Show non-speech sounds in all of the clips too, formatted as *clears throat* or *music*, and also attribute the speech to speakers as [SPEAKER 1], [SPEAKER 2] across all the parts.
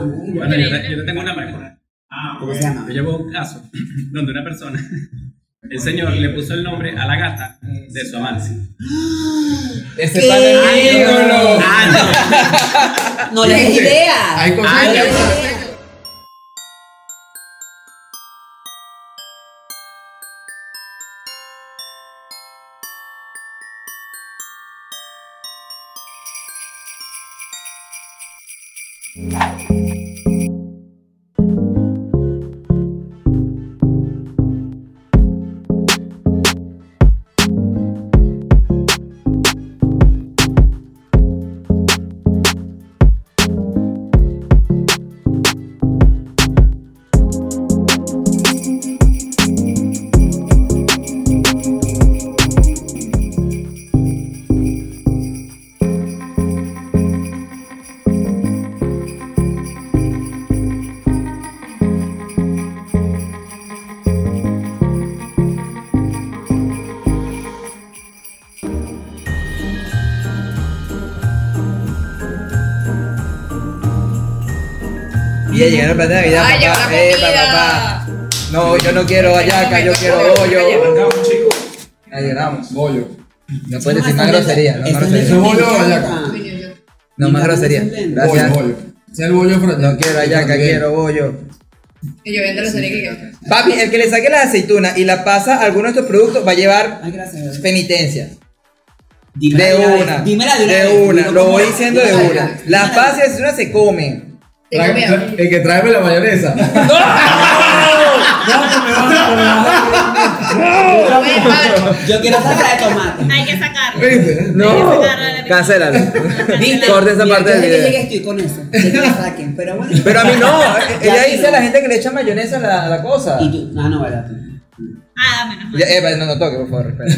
[SPEAKER 1] orgullo.
[SPEAKER 2] Bueno, yo te, yo te tengo una mejor.
[SPEAKER 1] ¿Cómo se llama?
[SPEAKER 2] Yo llevo un caso *laughs* donde una persona, *laughs* el señor le puso el nombre a la gata de su amante.
[SPEAKER 3] Ese
[SPEAKER 4] ¿Qué?
[SPEAKER 3] pana es
[SPEAKER 4] Ay,
[SPEAKER 3] mi ídolo.
[SPEAKER 2] Ah,
[SPEAKER 4] No les des idea.
[SPEAKER 3] Hay cosas que-
[SPEAKER 4] No les des idea.
[SPEAKER 3] Y ya llegaron las de Navidad,
[SPEAKER 4] Ay, llegó
[SPEAKER 3] papá.
[SPEAKER 4] la
[SPEAKER 3] Eh,
[SPEAKER 4] comida.
[SPEAKER 3] papá, papá. No, yo no quiero ayaca, yo quiero bollo. Ya llegamos, bollo. No puedes decir más grosería, no más grosería.
[SPEAKER 1] Bollo o
[SPEAKER 4] Ah,
[SPEAKER 1] ayaca.
[SPEAKER 3] No más grosería.
[SPEAKER 1] Bollo,
[SPEAKER 3] Gracias.
[SPEAKER 1] bollo. Sea el bollo francés.
[SPEAKER 3] No quiero ayaca, quiero bollo.
[SPEAKER 4] Y yo viendo los series que
[SPEAKER 3] Papi, el que le saque las aceitunas y la pasa a alguno de estos productos va a llevar
[SPEAKER 5] Ay, gracias.
[SPEAKER 3] penitencia.
[SPEAKER 5] Dímela
[SPEAKER 3] De
[SPEAKER 5] vez.
[SPEAKER 3] una.
[SPEAKER 5] Dímela de una.
[SPEAKER 3] De
[SPEAKER 5] vez.
[SPEAKER 3] una.
[SPEAKER 5] Dilo
[SPEAKER 3] Lo
[SPEAKER 5] como
[SPEAKER 3] voy
[SPEAKER 5] es.
[SPEAKER 3] diciendo de
[SPEAKER 5] Dímela
[SPEAKER 4] Dímela
[SPEAKER 3] una.
[SPEAKER 4] de una.
[SPEAKER 3] Las pasas y aceitunas se comen.
[SPEAKER 4] Tengo miedo.
[SPEAKER 1] *laughs* El que tráeme la mayonesa.
[SPEAKER 4] No me paro.
[SPEAKER 5] Yo quiero salsa de tomate.
[SPEAKER 6] Hay que sacarlo.
[SPEAKER 1] ¿Viste?
[SPEAKER 3] *laughs* No.
[SPEAKER 6] Cancela.
[SPEAKER 3] Cancélalo.
[SPEAKER 5] ¿Viste?
[SPEAKER 3] Corta esa
[SPEAKER 5] Mira,
[SPEAKER 3] parte
[SPEAKER 5] yo
[SPEAKER 3] del
[SPEAKER 5] desde que
[SPEAKER 3] video.
[SPEAKER 5] llegué estoy con eso. De que la saquen. Pero bueno.
[SPEAKER 3] Pero a mí
[SPEAKER 5] *laughs*
[SPEAKER 3] no. eh,
[SPEAKER 5] Ya
[SPEAKER 3] Ella
[SPEAKER 5] sí,
[SPEAKER 3] dice a
[SPEAKER 5] no.
[SPEAKER 3] la gente que le echa mayonesa a la, a la cosa.
[SPEAKER 5] Y tú. No, no, verdad. tú.
[SPEAKER 6] Ah, dame nomás.
[SPEAKER 3] Ya, eh, no, no toque, por favor, espera.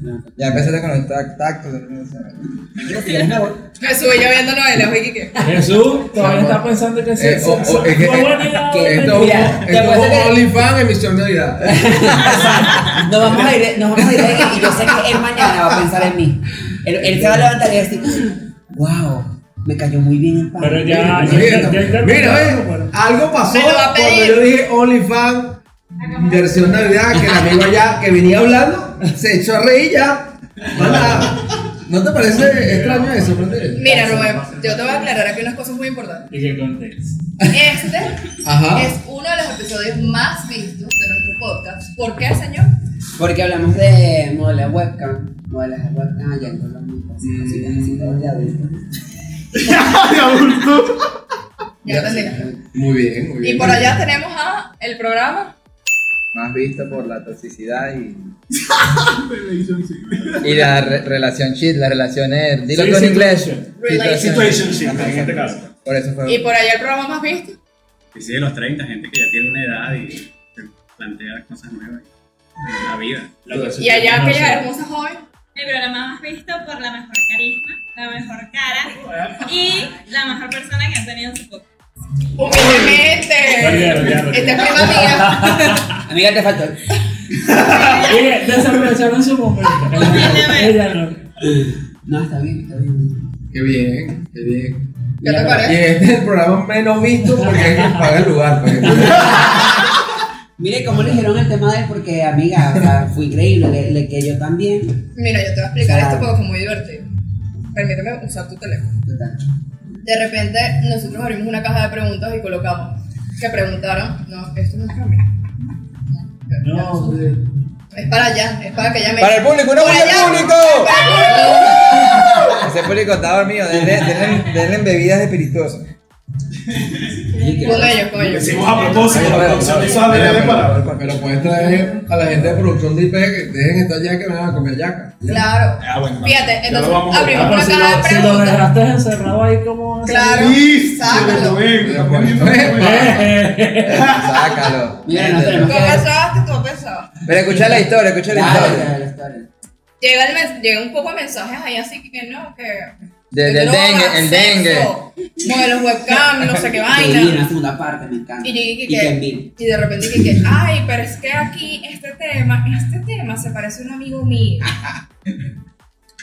[SPEAKER 5] No.
[SPEAKER 3] Ya empezaste con los tac- tactos.
[SPEAKER 5] Yo sí, es nuevo.
[SPEAKER 4] Jesús, yo viendo novelas, oye, ¿qué?
[SPEAKER 7] Jesús todavía está pensando que es
[SPEAKER 1] Eh, o- o- es que- Esto
[SPEAKER 5] Mira, te
[SPEAKER 1] es como
[SPEAKER 5] apuesto que-
[SPEAKER 1] OnlyFans emisión Navidad.
[SPEAKER 5] Nos vamos a ir, nos vamos a ir y yo sé que él mañana va a pensar en mí. Él, él se va a levantar y va a decir, wow, me cayó muy bien el pan.
[SPEAKER 7] Pero
[SPEAKER 1] Mira,
[SPEAKER 7] ya, ya, ya, ya
[SPEAKER 1] Mira, ve, algo pasó
[SPEAKER 4] Me lo va a
[SPEAKER 1] cuando
[SPEAKER 4] pedir.
[SPEAKER 1] yo dije OnlyFans versión Navidad, que el amigo allá que venía hablando se echó a reír ya. Mala. ¿No te parece extraño eso, Fronte?
[SPEAKER 4] Mira, Rubén, yo te voy a aclarar aquí unas cosas muy importantes.
[SPEAKER 7] Y que contexto.
[SPEAKER 4] Este
[SPEAKER 1] Ajá.
[SPEAKER 4] es uno de los episodios más vistos de nuestro podcast. ¿Por qué, señor?
[SPEAKER 5] Porque hablamos de modelos webcam, modelos de webcam ah, allá en Colombia, así, cositas así, como de adultos.
[SPEAKER 4] Ya entendí.
[SPEAKER 1] Muy bien, muy bien.
[SPEAKER 4] Y por allá tenemos a el programa.
[SPEAKER 3] Más visto por la toxicidad y.
[SPEAKER 1] *laughs*
[SPEAKER 3] y la re- relación shit, las relaciones. Dilo
[SPEAKER 7] Sí,
[SPEAKER 3] tú en
[SPEAKER 7] sí,
[SPEAKER 3] inglés.
[SPEAKER 7] sí.
[SPEAKER 3] Situationship,
[SPEAKER 7] en este caso.
[SPEAKER 3] Por eso fue.
[SPEAKER 4] Y por allá el programa más visto.
[SPEAKER 2] Y sí, de los 30, gente que ya tiene una edad y se plantea cosas nuevas en la vida.
[SPEAKER 4] Y allá aquella hermosa joven.
[SPEAKER 6] El programa más visto por la mejor carisma, la mejor cara y la mejor persona que ha tenido en su podcast.
[SPEAKER 7] Perdieron, ya,
[SPEAKER 4] Humildemente.
[SPEAKER 7] perdieron.
[SPEAKER 4] Esta es prima mía.
[SPEAKER 5] Amiga, te faltó.
[SPEAKER 7] Oye, desaprovecharon su momento.
[SPEAKER 6] Humildemente.
[SPEAKER 7] Ella no.
[SPEAKER 5] No, está bien, está bien.
[SPEAKER 1] Qué bien, qué bien.
[SPEAKER 4] ¿Qué te
[SPEAKER 1] Y
[SPEAKER 4] parece?
[SPEAKER 1] este es el programa menos visto porque hay que pagar el lugar. pues.
[SPEAKER 5] Mire cómo le dijeron el tema de él, porque amiga, o sea, fue increíble, le, le que yo también.
[SPEAKER 4] Mira, yo te voy a explicar esto porque fue muy divertido. Permíteme usar tu teléfono.
[SPEAKER 5] Total.
[SPEAKER 4] De repente, nosotros abrimos una caja de preguntas y colocamos que preguntaron. No, esto no es para mí.
[SPEAKER 7] No,
[SPEAKER 4] Es para allá, es para aquella mesa.
[SPEAKER 3] Para el público, una
[SPEAKER 4] Por
[SPEAKER 3] bulla al
[SPEAKER 4] allá.
[SPEAKER 3] público.
[SPEAKER 4] Para el público.
[SPEAKER 3] Ese público está dormido. Denle, denle, denle bebidas espirituosas.
[SPEAKER 4] Con ellos, con ellos.
[SPEAKER 7] a propósito,
[SPEAKER 1] Mira, pero, pero puedes traer a la gente de producción de IP que dejen esta yaca que me van a comer yaca.
[SPEAKER 4] Claro.
[SPEAKER 7] ah,
[SPEAKER 4] Fíjate, entonces abrimos una
[SPEAKER 7] si
[SPEAKER 4] caja
[SPEAKER 7] lo,
[SPEAKER 4] de
[SPEAKER 7] si lo
[SPEAKER 4] preguntas.
[SPEAKER 7] dejaste encerrado ahí, ¿cómo vas a
[SPEAKER 4] Claro, sácalo.
[SPEAKER 1] Pero, pues,
[SPEAKER 7] salir?
[SPEAKER 3] Sácalo.
[SPEAKER 5] Mira, no
[SPEAKER 4] Tú
[SPEAKER 5] tenemos que.
[SPEAKER 4] pensaste, tú pensaste.
[SPEAKER 3] Pero escucha la historia, escucha la
[SPEAKER 5] Claro,
[SPEAKER 3] historia.
[SPEAKER 5] la historia.
[SPEAKER 4] Llega, el mes- llega un poco de mensajes ahí, así que no, que.
[SPEAKER 3] De-
[SPEAKER 4] que
[SPEAKER 3] del
[SPEAKER 4] drogas,
[SPEAKER 3] dengue, el dengue.
[SPEAKER 4] sexo, Modelos webcam, no sé qué
[SPEAKER 5] Que vi una
[SPEAKER 4] vaina.
[SPEAKER 5] segunda parte, me encanta.
[SPEAKER 4] Y, yo dije
[SPEAKER 5] Y que en vivo.
[SPEAKER 4] que, y de repente dije que, ay, pero *laughs* es que aquí este tema, este tema se parece a un amigo mío.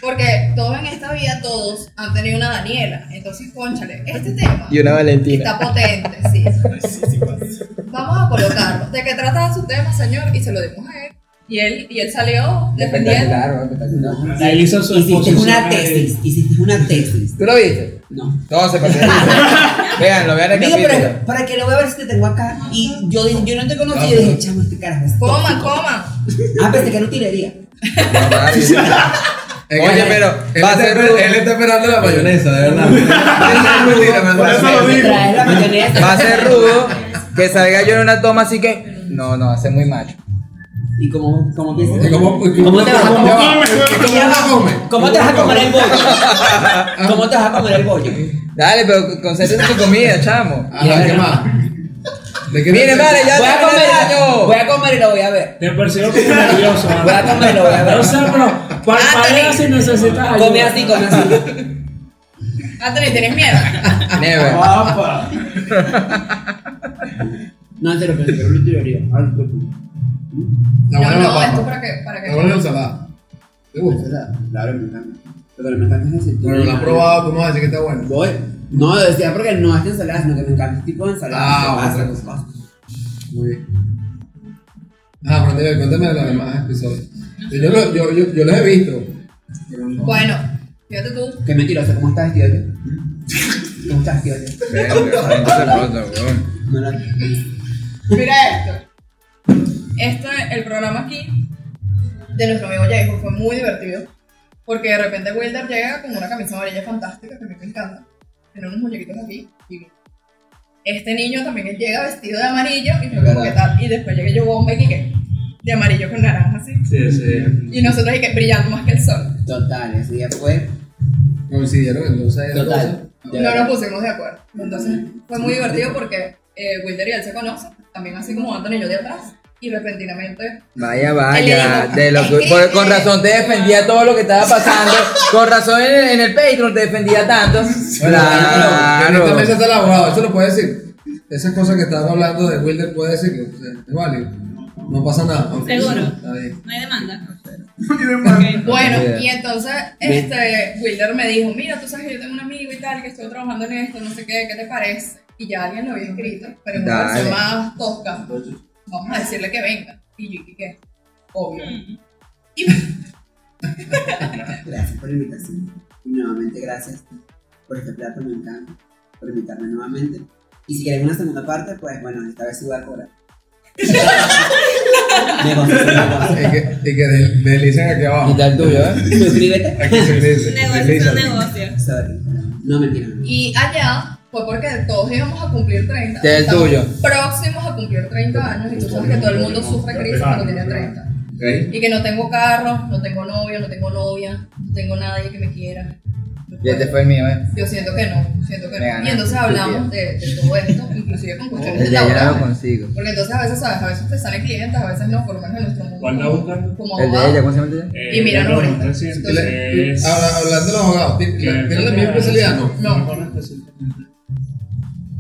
[SPEAKER 4] Porque todos en esta vida, todos han tenido una Daniela. Entonces, conchale, este tema
[SPEAKER 3] Y una Valentina.
[SPEAKER 4] está potente, sí.
[SPEAKER 2] Sí, sí pasa.
[SPEAKER 4] Vamos a colocarlo. ¿De qué trataba su tema, señor? Y se lo dimos a él. Y él, y él salió defendiendo.
[SPEAKER 3] Espectacular, bro, espectacular.
[SPEAKER 7] Él hizo su
[SPEAKER 5] Hiciste una
[SPEAKER 7] exposición.
[SPEAKER 5] tesis, hiciste una tesis.
[SPEAKER 3] ¿Tú lo viste?
[SPEAKER 5] No.
[SPEAKER 3] Todo se perdió. Veanlo, vean el
[SPEAKER 5] Digo,
[SPEAKER 3] capítulo.
[SPEAKER 5] pero para que lo voy a ver si te tengo acá. Y yo, dije- yo no te conocí, yo dije, chamo, este carajo es
[SPEAKER 4] Coma,
[SPEAKER 5] tóxico.
[SPEAKER 4] coma.
[SPEAKER 5] Ah, pensé que era utilería.
[SPEAKER 3] No, vale. Oye, pero
[SPEAKER 1] Él
[SPEAKER 3] va a
[SPEAKER 1] está,
[SPEAKER 3] ser
[SPEAKER 1] esper-
[SPEAKER 3] un-
[SPEAKER 1] él está esperando la mayonesa, de
[SPEAKER 2] *laughs*
[SPEAKER 1] verdad. Esa es mentira, me
[SPEAKER 2] Por eso
[SPEAKER 1] parece.
[SPEAKER 2] lo
[SPEAKER 5] Me
[SPEAKER 2] digo.
[SPEAKER 5] traes la mayonesa.
[SPEAKER 3] Va a ser rudo que salga yo en una toma así que. No, no, va a ser muy macho.
[SPEAKER 5] ¿Y cómo, cómo
[SPEAKER 1] ¿Y
[SPEAKER 5] piensas?
[SPEAKER 1] ¿Cómo, y
[SPEAKER 5] ¿Cómo te vas a
[SPEAKER 1] cómo-
[SPEAKER 5] comer?
[SPEAKER 1] ¿Cómo te vas a comer?
[SPEAKER 5] ¿Cómo te vas a comer el bollo? ¿Cómo te vas a comer el bollo?
[SPEAKER 3] Dale, pero concéntrate en tu comida, chamo.
[SPEAKER 1] Ajá, ¿qué más? ¿De qué
[SPEAKER 3] Miren,
[SPEAKER 1] te-
[SPEAKER 3] vale, ya
[SPEAKER 5] Voy a
[SPEAKER 3] terminé
[SPEAKER 5] comer,
[SPEAKER 3] el año.
[SPEAKER 5] voy a comer y lo voy a ver.
[SPEAKER 7] Te percibo como nervioso.
[SPEAKER 5] Voy a comerlo, voy a ver.
[SPEAKER 7] No sé, pero parpadea si necesitas ayuda.
[SPEAKER 5] Come así, come así.
[SPEAKER 4] Anthony, Ah, ¿tienes miedo?
[SPEAKER 3] *laughs* Never.
[SPEAKER 7] Apa.
[SPEAKER 5] No, en serio, pensé que era una utilería. Ah, qué cool.
[SPEAKER 1] La
[SPEAKER 4] *laughs* no,
[SPEAKER 1] buena
[SPEAKER 4] no,
[SPEAKER 1] papa.
[SPEAKER 4] esto para que. Para que
[SPEAKER 1] La buena ensalada. ¿Te gusta?
[SPEAKER 5] Claro, me encanta. Pero me encanta ese tipo
[SPEAKER 1] Pero
[SPEAKER 5] de
[SPEAKER 1] la has probado, ¿cómo vas a decir que está bueno?
[SPEAKER 5] Voy. No, decía porque no es ensalada, sino que me encanta este tipo de ensalada.
[SPEAKER 1] Ah,
[SPEAKER 5] que se
[SPEAKER 1] otra
[SPEAKER 5] pasa,
[SPEAKER 1] cosa. Muy bien. Ah, pero Andrea, cuéntame de los demás episodios. Yo, yo, lo- yo, yo, yo los he visto. pero no-
[SPEAKER 4] Bueno, fíjate tú.
[SPEAKER 5] Qué mentiroso, ¿cómo estás, tío? ¿Cómo estás, tío?
[SPEAKER 3] Verga, la gente se pasa, weón.
[SPEAKER 5] No la-
[SPEAKER 4] Mira esto. Este, el programa aquí de nuestro amigo Jason fue muy divertido. Porque de repente Wilder llega con una camisa amarilla fantástica que a mí me encanta. Tiene unos muñequitos aquí. Y este niño también que llega vestido de amarillo y fue como que tal. Y después llegué yo bomba y que de amarillo con naranja así.
[SPEAKER 2] Sí, sí.
[SPEAKER 4] Y nosotros y que brillando más que el sol.
[SPEAKER 5] Total, ese día fue.
[SPEAKER 1] Coincidieron entonces. esas
[SPEAKER 5] Total. de
[SPEAKER 4] No nos
[SPEAKER 5] verdad.
[SPEAKER 4] pusimos de acuerdo. Entonces fue muy divertido porque eh, Wilder y él se conocen, también así como Anthony y yo de atrás. Y repentinamente
[SPEAKER 3] Vaya,
[SPEAKER 4] Él
[SPEAKER 3] vaya.
[SPEAKER 4] le dijo,
[SPEAKER 3] De lo que-
[SPEAKER 4] "Es
[SPEAKER 3] por-
[SPEAKER 4] que-
[SPEAKER 3] con razón te defendía todo lo que estaba pasando. Con razón en el, en el Patreon te defendía tanto.
[SPEAKER 1] Bueno, En esta
[SPEAKER 3] Claro.
[SPEAKER 1] mesa está el abogado, eso lo puede decir. Esas cosas que estaban hablando de Wilder puede decir que o sea, es válido. No pasa nada. ok.
[SPEAKER 6] Seguro.
[SPEAKER 1] Está bien.
[SPEAKER 6] No hay demanda.
[SPEAKER 4] Bueno,
[SPEAKER 3] Idea.
[SPEAKER 4] y entonces este, Wilder me dijo, mira, tú sabes que yo tengo un amigo y tal, que estoy trabajando en esto, no sé qué, ¿qué te parece? Y ya alguien lo había escrito, pero es una
[SPEAKER 3] Dale.
[SPEAKER 4] persona más tosca. Vamos a decirle que venga. Y yo, ¿y qué? Obvio.
[SPEAKER 6] Mm.
[SPEAKER 5] Gracias por la invitación. Y nuevamente, gracias por este plato, me encanta. Por invitarme nuevamente. Y si quieren una segunda parte, pues bueno, esta vez sí voy a cobrar. Negocio, negocio.
[SPEAKER 1] Y que, y que del- deslicen aquí abajo.
[SPEAKER 3] tal tuyo, *laughs* eh?
[SPEAKER 5] Suscríbete.
[SPEAKER 1] Aquí se dice.
[SPEAKER 6] Negocios
[SPEAKER 1] deslizan.
[SPEAKER 6] son negocios.
[SPEAKER 5] Sorry. No, mentira. no.
[SPEAKER 4] Y allá fue porque todos íbamos a cumplir 30.
[SPEAKER 3] Del
[SPEAKER 4] Estamos
[SPEAKER 3] tuyo.
[SPEAKER 4] Próximos a cumplir 30 años y tú sabes que todo el mundo sufre crisis cuando tiene 30.
[SPEAKER 1] Ok.
[SPEAKER 4] Y que no tengo carro, no tengo novio, no tengo novia, no tengo nadie que me quiera.
[SPEAKER 3] Y este fue el mío, eh.
[SPEAKER 4] Yo siento que no, siento
[SPEAKER 3] Me
[SPEAKER 4] que no.
[SPEAKER 3] ganaste,
[SPEAKER 4] Y entonces hablamos de, de todo esto, inclusive con cuestiones
[SPEAKER 3] Ya, ya lo
[SPEAKER 4] laborales.
[SPEAKER 3] consigo.
[SPEAKER 4] Porque entonces a veces, ¿sabes? A veces te salen clientes, a veces no, por lo menos en nuestro mundo.
[SPEAKER 7] ¿Cuál está buscando?
[SPEAKER 4] Como
[SPEAKER 3] El de
[SPEAKER 4] abogado.
[SPEAKER 3] ella, ¿cómo se llama el de ella?
[SPEAKER 7] Eh,
[SPEAKER 4] Y mira,
[SPEAKER 7] ya
[SPEAKER 4] no,
[SPEAKER 7] lo
[SPEAKER 4] ahorita.
[SPEAKER 7] reciente,
[SPEAKER 1] Dele-
[SPEAKER 7] es-
[SPEAKER 1] Ahora, eh, hablando de los abogados, ¿tien-
[SPEAKER 7] que-
[SPEAKER 1] ¿tienen la misma especialidad? No,
[SPEAKER 4] No.
[SPEAKER 7] con especialidad.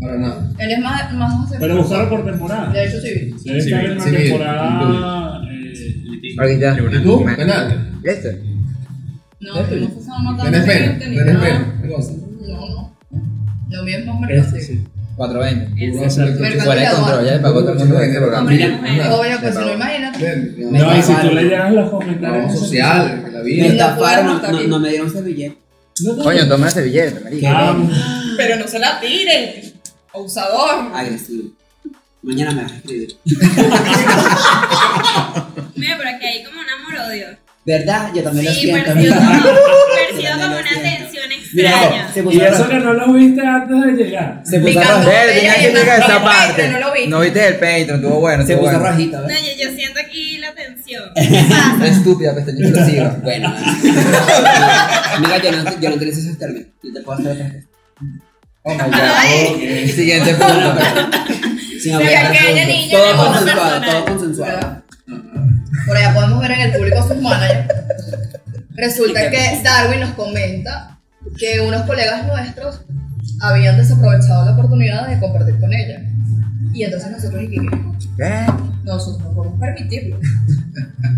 [SPEAKER 1] para nada.
[SPEAKER 4] Él es más, más
[SPEAKER 7] Pero buscaron por temporada.
[SPEAKER 4] Derecho civil.
[SPEAKER 7] Debe estar en una
[SPEAKER 1] Civil, civil.
[SPEAKER 7] temporada. eh,
[SPEAKER 2] Litigio,
[SPEAKER 3] Aquí está.
[SPEAKER 1] ¿Y
[SPEAKER 2] tribunal.
[SPEAKER 1] tú? Penal.
[SPEAKER 3] Este.
[SPEAKER 4] No, no se estaba matando
[SPEAKER 1] ¿Tienes pena?
[SPEAKER 4] gente ni
[SPEAKER 1] ¿Tienes
[SPEAKER 4] nada.
[SPEAKER 1] pena? ¿Qué cosa?
[SPEAKER 4] No, no. Lo mismo es mercado
[SPEAKER 7] este,
[SPEAKER 4] civil.
[SPEAKER 7] sí.
[SPEAKER 3] 420.
[SPEAKER 4] Mercado
[SPEAKER 3] Fuera de
[SPEAKER 4] laboral.
[SPEAKER 3] control, ya le pagó todo el mundo en este programa.
[SPEAKER 6] Hombre y
[SPEAKER 5] Mira,
[SPEAKER 6] mujer.
[SPEAKER 4] Obvio, pues no imagínate.
[SPEAKER 1] Ven,
[SPEAKER 5] Me
[SPEAKER 7] No, y si tú
[SPEAKER 5] estafaron.
[SPEAKER 7] le llegas los
[SPEAKER 1] Trabajo
[SPEAKER 7] comentarios.
[SPEAKER 1] social, la
[SPEAKER 5] Me
[SPEAKER 1] vida.
[SPEAKER 5] estafaron,
[SPEAKER 4] hasta
[SPEAKER 5] no,
[SPEAKER 4] aquí.
[SPEAKER 5] no me dieron servilleta.
[SPEAKER 7] No, no,
[SPEAKER 3] Coño, toma ese billete, marica.
[SPEAKER 7] Ah,
[SPEAKER 4] Pero no se la tiren. Abusador.
[SPEAKER 5] Agresivo. Mañana me vas a escribir.
[SPEAKER 6] Mira, pero aquí hay como un amor-odio.
[SPEAKER 5] ¿Verdad? Yo también lo
[SPEAKER 6] Sí,
[SPEAKER 5] siento.
[SPEAKER 6] percibo como, percibo
[SPEAKER 5] Yo
[SPEAKER 6] como
[SPEAKER 5] también lo
[SPEAKER 6] una
[SPEAKER 5] siento.
[SPEAKER 6] tensión
[SPEAKER 5] Mira,
[SPEAKER 6] extraña.
[SPEAKER 5] se
[SPEAKER 7] Y
[SPEAKER 5] puso
[SPEAKER 7] eso que no lo viste antes de llegar.
[SPEAKER 5] Se puso
[SPEAKER 4] Picando.
[SPEAKER 5] roja.
[SPEAKER 3] Ver, tenías que llegar a esa
[SPEAKER 4] No,
[SPEAKER 3] parte.
[SPEAKER 4] no lo viste.
[SPEAKER 3] No viste el Patreon, estuvo bueno.
[SPEAKER 5] Se
[SPEAKER 3] estuvo
[SPEAKER 5] puso
[SPEAKER 3] *laughs* bueno.
[SPEAKER 5] rojita,
[SPEAKER 6] No,
[SPEAKER 5] ¿ves?
[SPEAKER 6] yo, yo siento aquí la tensión.
[SPEAKER 3] Estúpida, pestaña explosiva.
[SPEAKER 5] Bueno. *laughs* Mira, yo no, yo no utilizo esos términos. Yo te puedo hacer otras cosas.
[SPEAKER 3] Oh my god. Siguiente
[SPEAKER 4] *laughs*
[SPEAKER 3] punto.
[SPEAKER 5] Sin
[SPEAKER 4] Sí,
[SPEAKER 5] hablar de
[SPEAKER 4] aquella
[SPEAKER 5] asunto.
[SPEAKER 4] niña
[SPEAKER 5] Todo
[SPEAKER 4] era una
[SPEAKER 5] consensuado,
[SPEAKER 4] persona.
[SPEAKER 5] todo consensuado.
[SPEAKER 4] ¿Verdad? Por allá podemos ver en el público a sus managers. Resulta que Darwin nos comenta que unos colegas nuestros habían desaprovechado la oportunidad de compartir con ella. Y entonces nosotros dijimos,
[SPEAKER 3] ¿Qué?
[SPEAKER 4] nosotros no podemos permitirlo.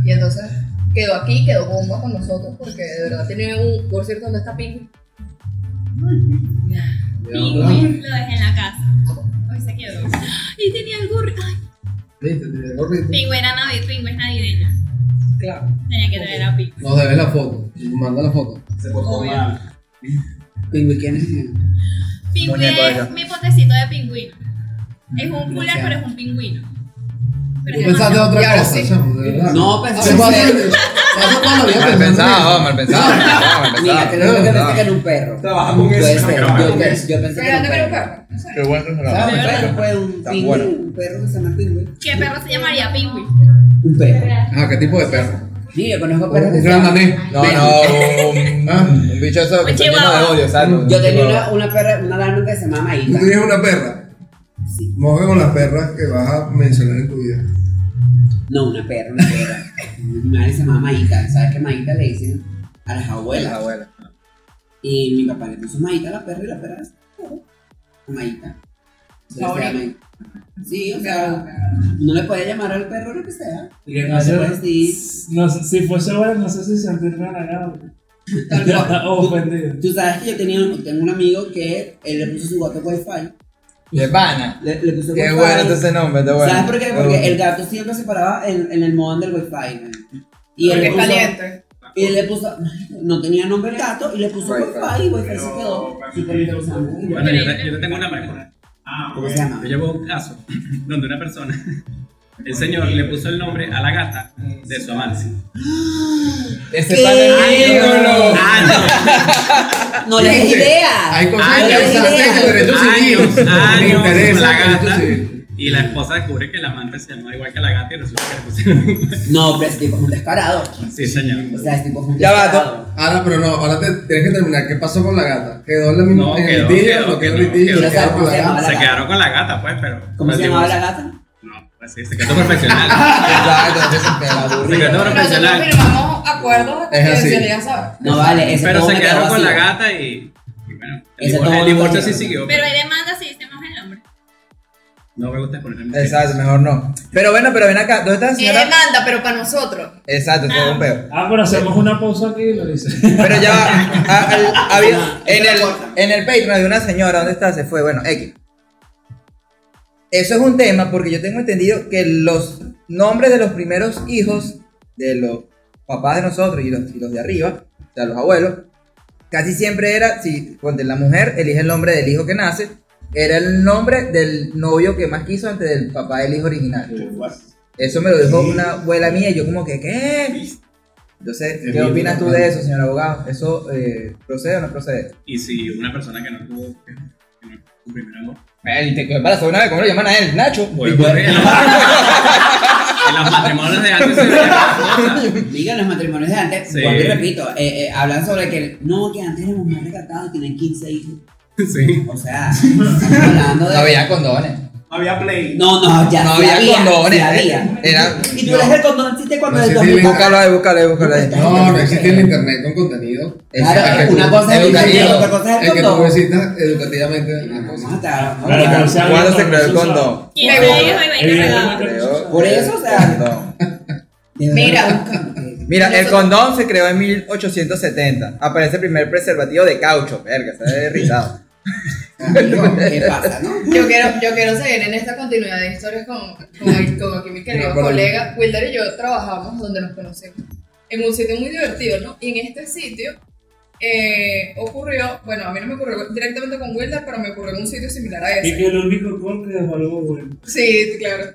[SPEAKER 4] Y entonces, quedó aquí, quedó bomba con nosotros, porque de verdad tiene un. Por cierto, ¿dónde está Pinky?
[SPEAKER 6] Pingüin lo dejé en la casa. Hoy se quedó. *gasps* Y tenía el gorrito. Ay,
[SPEAKER 1] Listo, te llegó el ritmo.
[SPEAKER 6] Pingüin era navi- pingüin es navideña.
[SPEAKER 5] Claro.
[SPEAKER 6] Tenía que traer a Pingüin.
[SPEAKER 1] Nos debes la foto. Manda la foto.
[SPEAKER 2] Se portó
[SPEAKER 6] Obvio.
[SPEAKER 2] mal.
[SPEAKER 5] Pingüe, ¿quién es?
[SPEAKER 6] Pingüino
[SPEAKER 3] Muñeco de
[SPEAKER 6] es
[SPEAKER 3] acá.
[SPEAKER 6] mi potecito de pingüino. Es un cooler,
[SPEAKER 5] Gracias.
[SPEAKER 6] pero es un pingüino. Pero
[SPEAKER 1] Tú
[SPEAKER 6] es
[SPEAKER 1] pensaste
[SPEAKER 6] demasiado-
[SPEAKER 1] otra
[SPEAKER 4] ahora
[SPEAKER 1] cosa,
[SPEAKER 4] sí.
[SPEAKER 1] chamo, de verdad.
[SPEAKER 5] No,
[SPEAKER 1] Hace
[SPEAKER 5] pensé en
[SPEAKER 1] cuatro
[SPEAKER 5] ser.
[SPEAKER 1] años. Hace cuatro años
[SPEAKER 3] Mal pensado, mal pensado. mal pensado.
[SPEAKER 5] *laughs* Mira, creo que pensé que era un perro.
[SPEAKER 3] Trabaja con
[SPEAKER 5] Puede
[SPEAKER 3] eso.
[SPEAKER 5] ser,
[SPEAKER 2] no,
[SPEAKER 5] yo
[SPEAKER 3] no.
[SPEAKER 5] pens- yo pensé que
[SPEAKER 4] Pero no
[SPEAKER 5] era
[SPEAKER 4] creo
[SPEAKER 5] un perro.
[SPEAKER 4] que.
[SPEAKER 8] Qué buen
[SPEAKER 5] ¿Sabes?
[SPEAKER 8] restaurante.
[SPEAKER 5] Un perro puede un
[SPEAKER 3] Está
[SPEAKER 5] pingüe,
[SPEAKER 3] bueno.
[SPEAKER 5] un perro que se llama pingüe.
[SPEAKER 6] ¿Qué perro se llamaría pingüino?
[SPEAKER 5] Un perro.
[SPEAKER 1] Ah, ¿qué tipo de perro?
[SPEAKER 5] Sí, yo conozco perros que
[SPEAKER 1] Un
[SPEAKER 5] se
[SPEAKER 1] gran
[SPEAKER 5] llaman-
[SPEAKER 1] danés.
[SPEAKER 3] No, no, *laughs* un, un bicho eso que
[SPEAKER 6] Un
[SPEAKER 3] está lleno de
[SPEAKER 6] chihuahua.
[SPEAKER 3] odio, ¿sabes?
[SPEAKER 5] ¿ah? Yo tenía una, una perra, una dama que se llama
[SPEAKER 1] Tú
[SPEAKER 5] Maíta.
[SPEAKER 1] tienes una perra.
[SPEAKER 5] Sí.
[SPEAKER 1] Móveme con las perras que vas a mencionar en tu vida.
[SPEAKER 5] No, una perra, una perra. Una que se llama Maíta. ¿Sabes qué Maíta le dicen a las abuelas?
[SPEAKER 3] La abuela.
[SPEAKER 5] Y mi papá le puso Maíta a la perra y la perra es perro. Maíta. Entonces,
[SPEAKER 4] Ahora.
[SPEAKER 5] se llama- Sí, o sea, no le podía llamar al perro lo que sea.
[SPEAKER 7] Y que
[SPEAKER 5] No
[SPEAKER 7] no
[SPEAKER 5] se
[SPEAKER 7] sé,
[SPEAKER 5] puede decir.
[SPEAKER 7] no sé- si fuese ahora, no sé si sentirme halagado.
[SPEAKER 5] Tal cual.
[SPEAKER 7] O *laughs* ofendido.
[SPEAKER 5] Tú sabes que yo tenía un- tengo un amigo que él le puso su gato Wi-Fi.
[SPEAKER 3] De pana.
[SPEAKER 5] Le, le puso
[SPEAKER 3] Qué
[SPEAKER 5] Wi-Fi.
[SPEAKER 3] bueno está ese nombre, está bueno.
[SPEAKER 5] ¿Sabes por qué? Porque el gato siempre se paraba en, en el modem del Wi-Fi. ¿no? Y
[SPEAKER 4] Porque
[SPEAKER 5] él, le
[SPEAKER 4] es
[SPEAKER 5] puso,
[SPEAKER 4] caliente.
[SPEAKER 5] y él le puso. No tenía nombre el gato y le puso
[SPEAKER 3] Wi-Fi.
[SPEAKER 5] Wi-Fi y Wi-Fi se
[SPEAKER 2] Pero-
[SPEAKER 5] quedó. súper interesante.
[SPEAKER 2] Bueno, yo, te- yo te tengo una mejor. Ah,
[SPEAKER 5] ¿Cómo se llama?
[SPEAKER 2] Yo llevo un caso *laughs* donde una persona, el señor le puso el nombre a la gata de su avance.
[SPEAKER 3] Ese pana es ídolo.
[SPEAKER 2] Ah,
[SPEAKER 5] No le des
[SPEAKER 1] Fíjate,
[SPEAKER 5] idea.
[SPEAKER 1] Hay cosas
[SPEAKER 5] no
[SPEAKER 1] que
[SPEAKER 5] le des
[SPEAKER 1] se hacen
[SPEAKER 5] idea.
[SPEAKER 1] con derechos civiles. Me
[SPEAKER 2] años,
[SPEAKER 1] interesa
[SPEAKER 2] la
[SPEAKER 1] que
[SPEAKER 2] gata.
[SPEAKER 1] esto se-
[SPEAKER 2] Y la esposa descubre que el amante se llama igual que la gata y resulta que le pusieron.
[SPEAKER 5] No, pero ese tipo es un descarado.
[SPEAKER 2] Sí, señor.
[SPEAKER 5] O sea, ese tipo es un
[SPEAKER 3] Ya va,
[SPEAKER 5] descarado.
[SPEAKER 1] Ahora, pero Ah, no, ahora te tienes que terminar. ¿Qué pasó con la gata? ¿Quedó en la misma
[SPEAKER 2] No,
[SPEAKER 1] en
[SPEAKER 2] quedó,
[SPEAKER 1] litigio?
[SPEAKER 2] quedó,
[SPEAKER 1] ¿No quedó en
[SPEAKER 2] quedó,
[SPEAKER 1] litigio?
[SPEAKER 5] quedó.
[SPEAKER 1] ¿Quedaron con la
[SPEAKER 2] *laughs*
[SPEAKER 1] gata?
[SPEAKER 2] Se quedaron con la gata, pues, pero.
[SPEAKER 5] ¿Cómo
[SPEAKER 2] pero
[SPEAKER 5] se llamaba
[SPEAKER 2] digo,
[SPEAKER 5] la gata?
[SPEAKER 2] No, pues sí, secreto profesional.
[SPEAKER 3] Exacto, entonces se pela.
[SPEAKER 2] secreto
[SPEAKER 4] Nosotros
[SPEAKER 2] profesional.
[SPEAKER 4] firmamos acuerdos de
[SPEAKER 1] Es así.
[SPEAKER 4] confidencialidad, ¿sabes?
[SPEAKER 5] No vale, *laughs* ese
[SPEAKER 2] Pero
[SPEAKER 5] todo
[SPEAKER 2] se
[SPEAKER 5] me quedó
[SPEAKER 2] quedaron con la
[SPEAKER 5] vacío.
[SPEAKER 2] gata y. y bueno, el
[SPEAKER 5] Ese
[SPEAKER 2] divorcio-
[SPEAKER 5] todo
[SPEAKER 2] el divorcio sí
[SPEAKER 5] vacío.
[SPEAKER 2] siguió.
[SPEAKER 6] Pero hay demanda si decimos el nombre.
[SPEAKER 2] No me gusta poner el nombre.
[SPEAKER 3] Exacto, mejor no. Pero bueno, pero ven acá, ¿dónde está la
[SPEAKER 4] Y
[SPEAKER 3] señora?
[SPEAKER 4] demanda, pero para nosotros.
[SPEAKER 3] Exacto, se ve un peo.
[SPEAKER 7] Ah, pero hacemos una pausa aquí y lo dice.
[SPEAKER 3] Pero ya va, a- al- había, en el, en el Patreon había una señora, ¿dónde está? Se fue, bueno, X. Eso es un tema porque yo tengo entendido que los nombres de los primeros hijos de los papás de nosotros y los, y los de arriba, o sea, los abuelos, casi siempre era, si ponte, la mujer elige el nombre del hijo que nace, era el nombre del novio que más quiso antes del papá del hijo original. Eso me lo dijo una abuela mía y yo como que, ¿qué? Entonces, ¿qué opinas tú de eso, señor abogado? ¿Eso eh, procede o no procede?
[SPEAKER 2] Y si una persona que no tuvo que, que no tuvo su primer amor.
[SPEAKER 3] Él Eh, te quedó embarazado una vez, ¿cómo lo llaman a él? Nacho.
[SPEAKER 2] Pues, en *laughs* los- en los matrimonios de
[SPEAKER 1] *laughs*
[SPEAKER 2] antes se veía otra cosa.
[SPEAKER 5] *laughs* Digan los matrimonios de antes,
[SPEAKER 2] Sí.
[SPEAKER 5] vuelvo y repito, eh, eh, hablan sobre que no, que antes éramos más recatados, tienen 15 hijos.
[SPEAKER 2] Sí.
[SPEAKER 3] *laughs*
[SPEAKER 5] O sea, estamos hablando de.
[SPEAKER 3] No había condones.
[SPEAKER 8] Había play.
[SPEAKER 5] No, no, ya
[SPEAKER 3] No
[SPEAKER 5] sí
[SPEAKER 3] había
[SPEAKER 5] había,
[SPEAKER 3] condones.
[SPEAKER 5] sí había.
[SPEAKER 3] Era-
[SPEAKER 5] Y tú
[SPEAKER 1] no.
[SPEAKER 5] eres el condón existe cuando
[SPEAKER 1] No
[SPEAKER 5] el
[SPEAKER 1] existe
[SPEAKER 5] 2000
[SPEAKER 1] el-
[SPEAKER 3] Búscalo ahí, búscalo ahí, búscalo ahí.
[SPEAKER 1] No, no existe el internet con contenido.
[SPEAKER 5] Claro,
[SPEAKER 1] Exacto.
[SPEAKER 5] una cosa es el
[SPEAKER 1] Educativo.
[SPEAKER 5] internet, otra cosa es el
[SPEAKER 1] El que tú
[SPEAKER 5] condón.
[SPEAKER 1] visitas educativamente es una
[SPEAKER 5] Vamos
[SPEAKER 1] cosa.
[SPEAKER 5] a estar-
[SPEAKER 7] Claro,
[SPEAKER 5] vamos a
[SPEAKER 7] pero
[SPEAKER 5] estar-
[SPEAKER 7] se habla
[SPEAKER 3] ¿Cuándo se
[SPEAKER 7] cuando
[SPEAKER 3] creó el
[SPEAKER 7] se usa.
[SPEAKER 3] condón?
[SPEAKER 6] ¿Quién se dijo y venga regado?
[SPEAKER 3] Creó
[SPEAKER 5] Por eso, o sea-
[SPEAKER 3] el condón.
[SPEAKER 5] de verdad,
[SPEAKER 4] Mira.
[SPEAKER 5] buscando.
[SPEAKER 3] Mira, el
[SPEAKER 4] Nosotros-
[SPEAKER 3] condón se creó en 1870. Aparece el primer preservativo de caucho. Verga, está derritado.
[SPEAKER 5] Amigo, ¿Qué pasa, no?
[SPEAKER 4] Yo quiero, yo quiero seguir en esta continuidad de historias con, con, el- con aquí mi querido
[SPEAKER 1] No, pero-
[SPEAKER 4] colega. Wilder y yo trabajamos donde nos conocemos. En un sitio muy divertido, ¿no? Y en este sitio eh, ocurrió, bueno, a mí no me ocurrió directamente con Wilder, pero me ocurrió en un sitio similar a ese.
[SPEAKER 7] Y que el único gol que dejó algo bueno.
[SPEAKER 4] Sí, claro.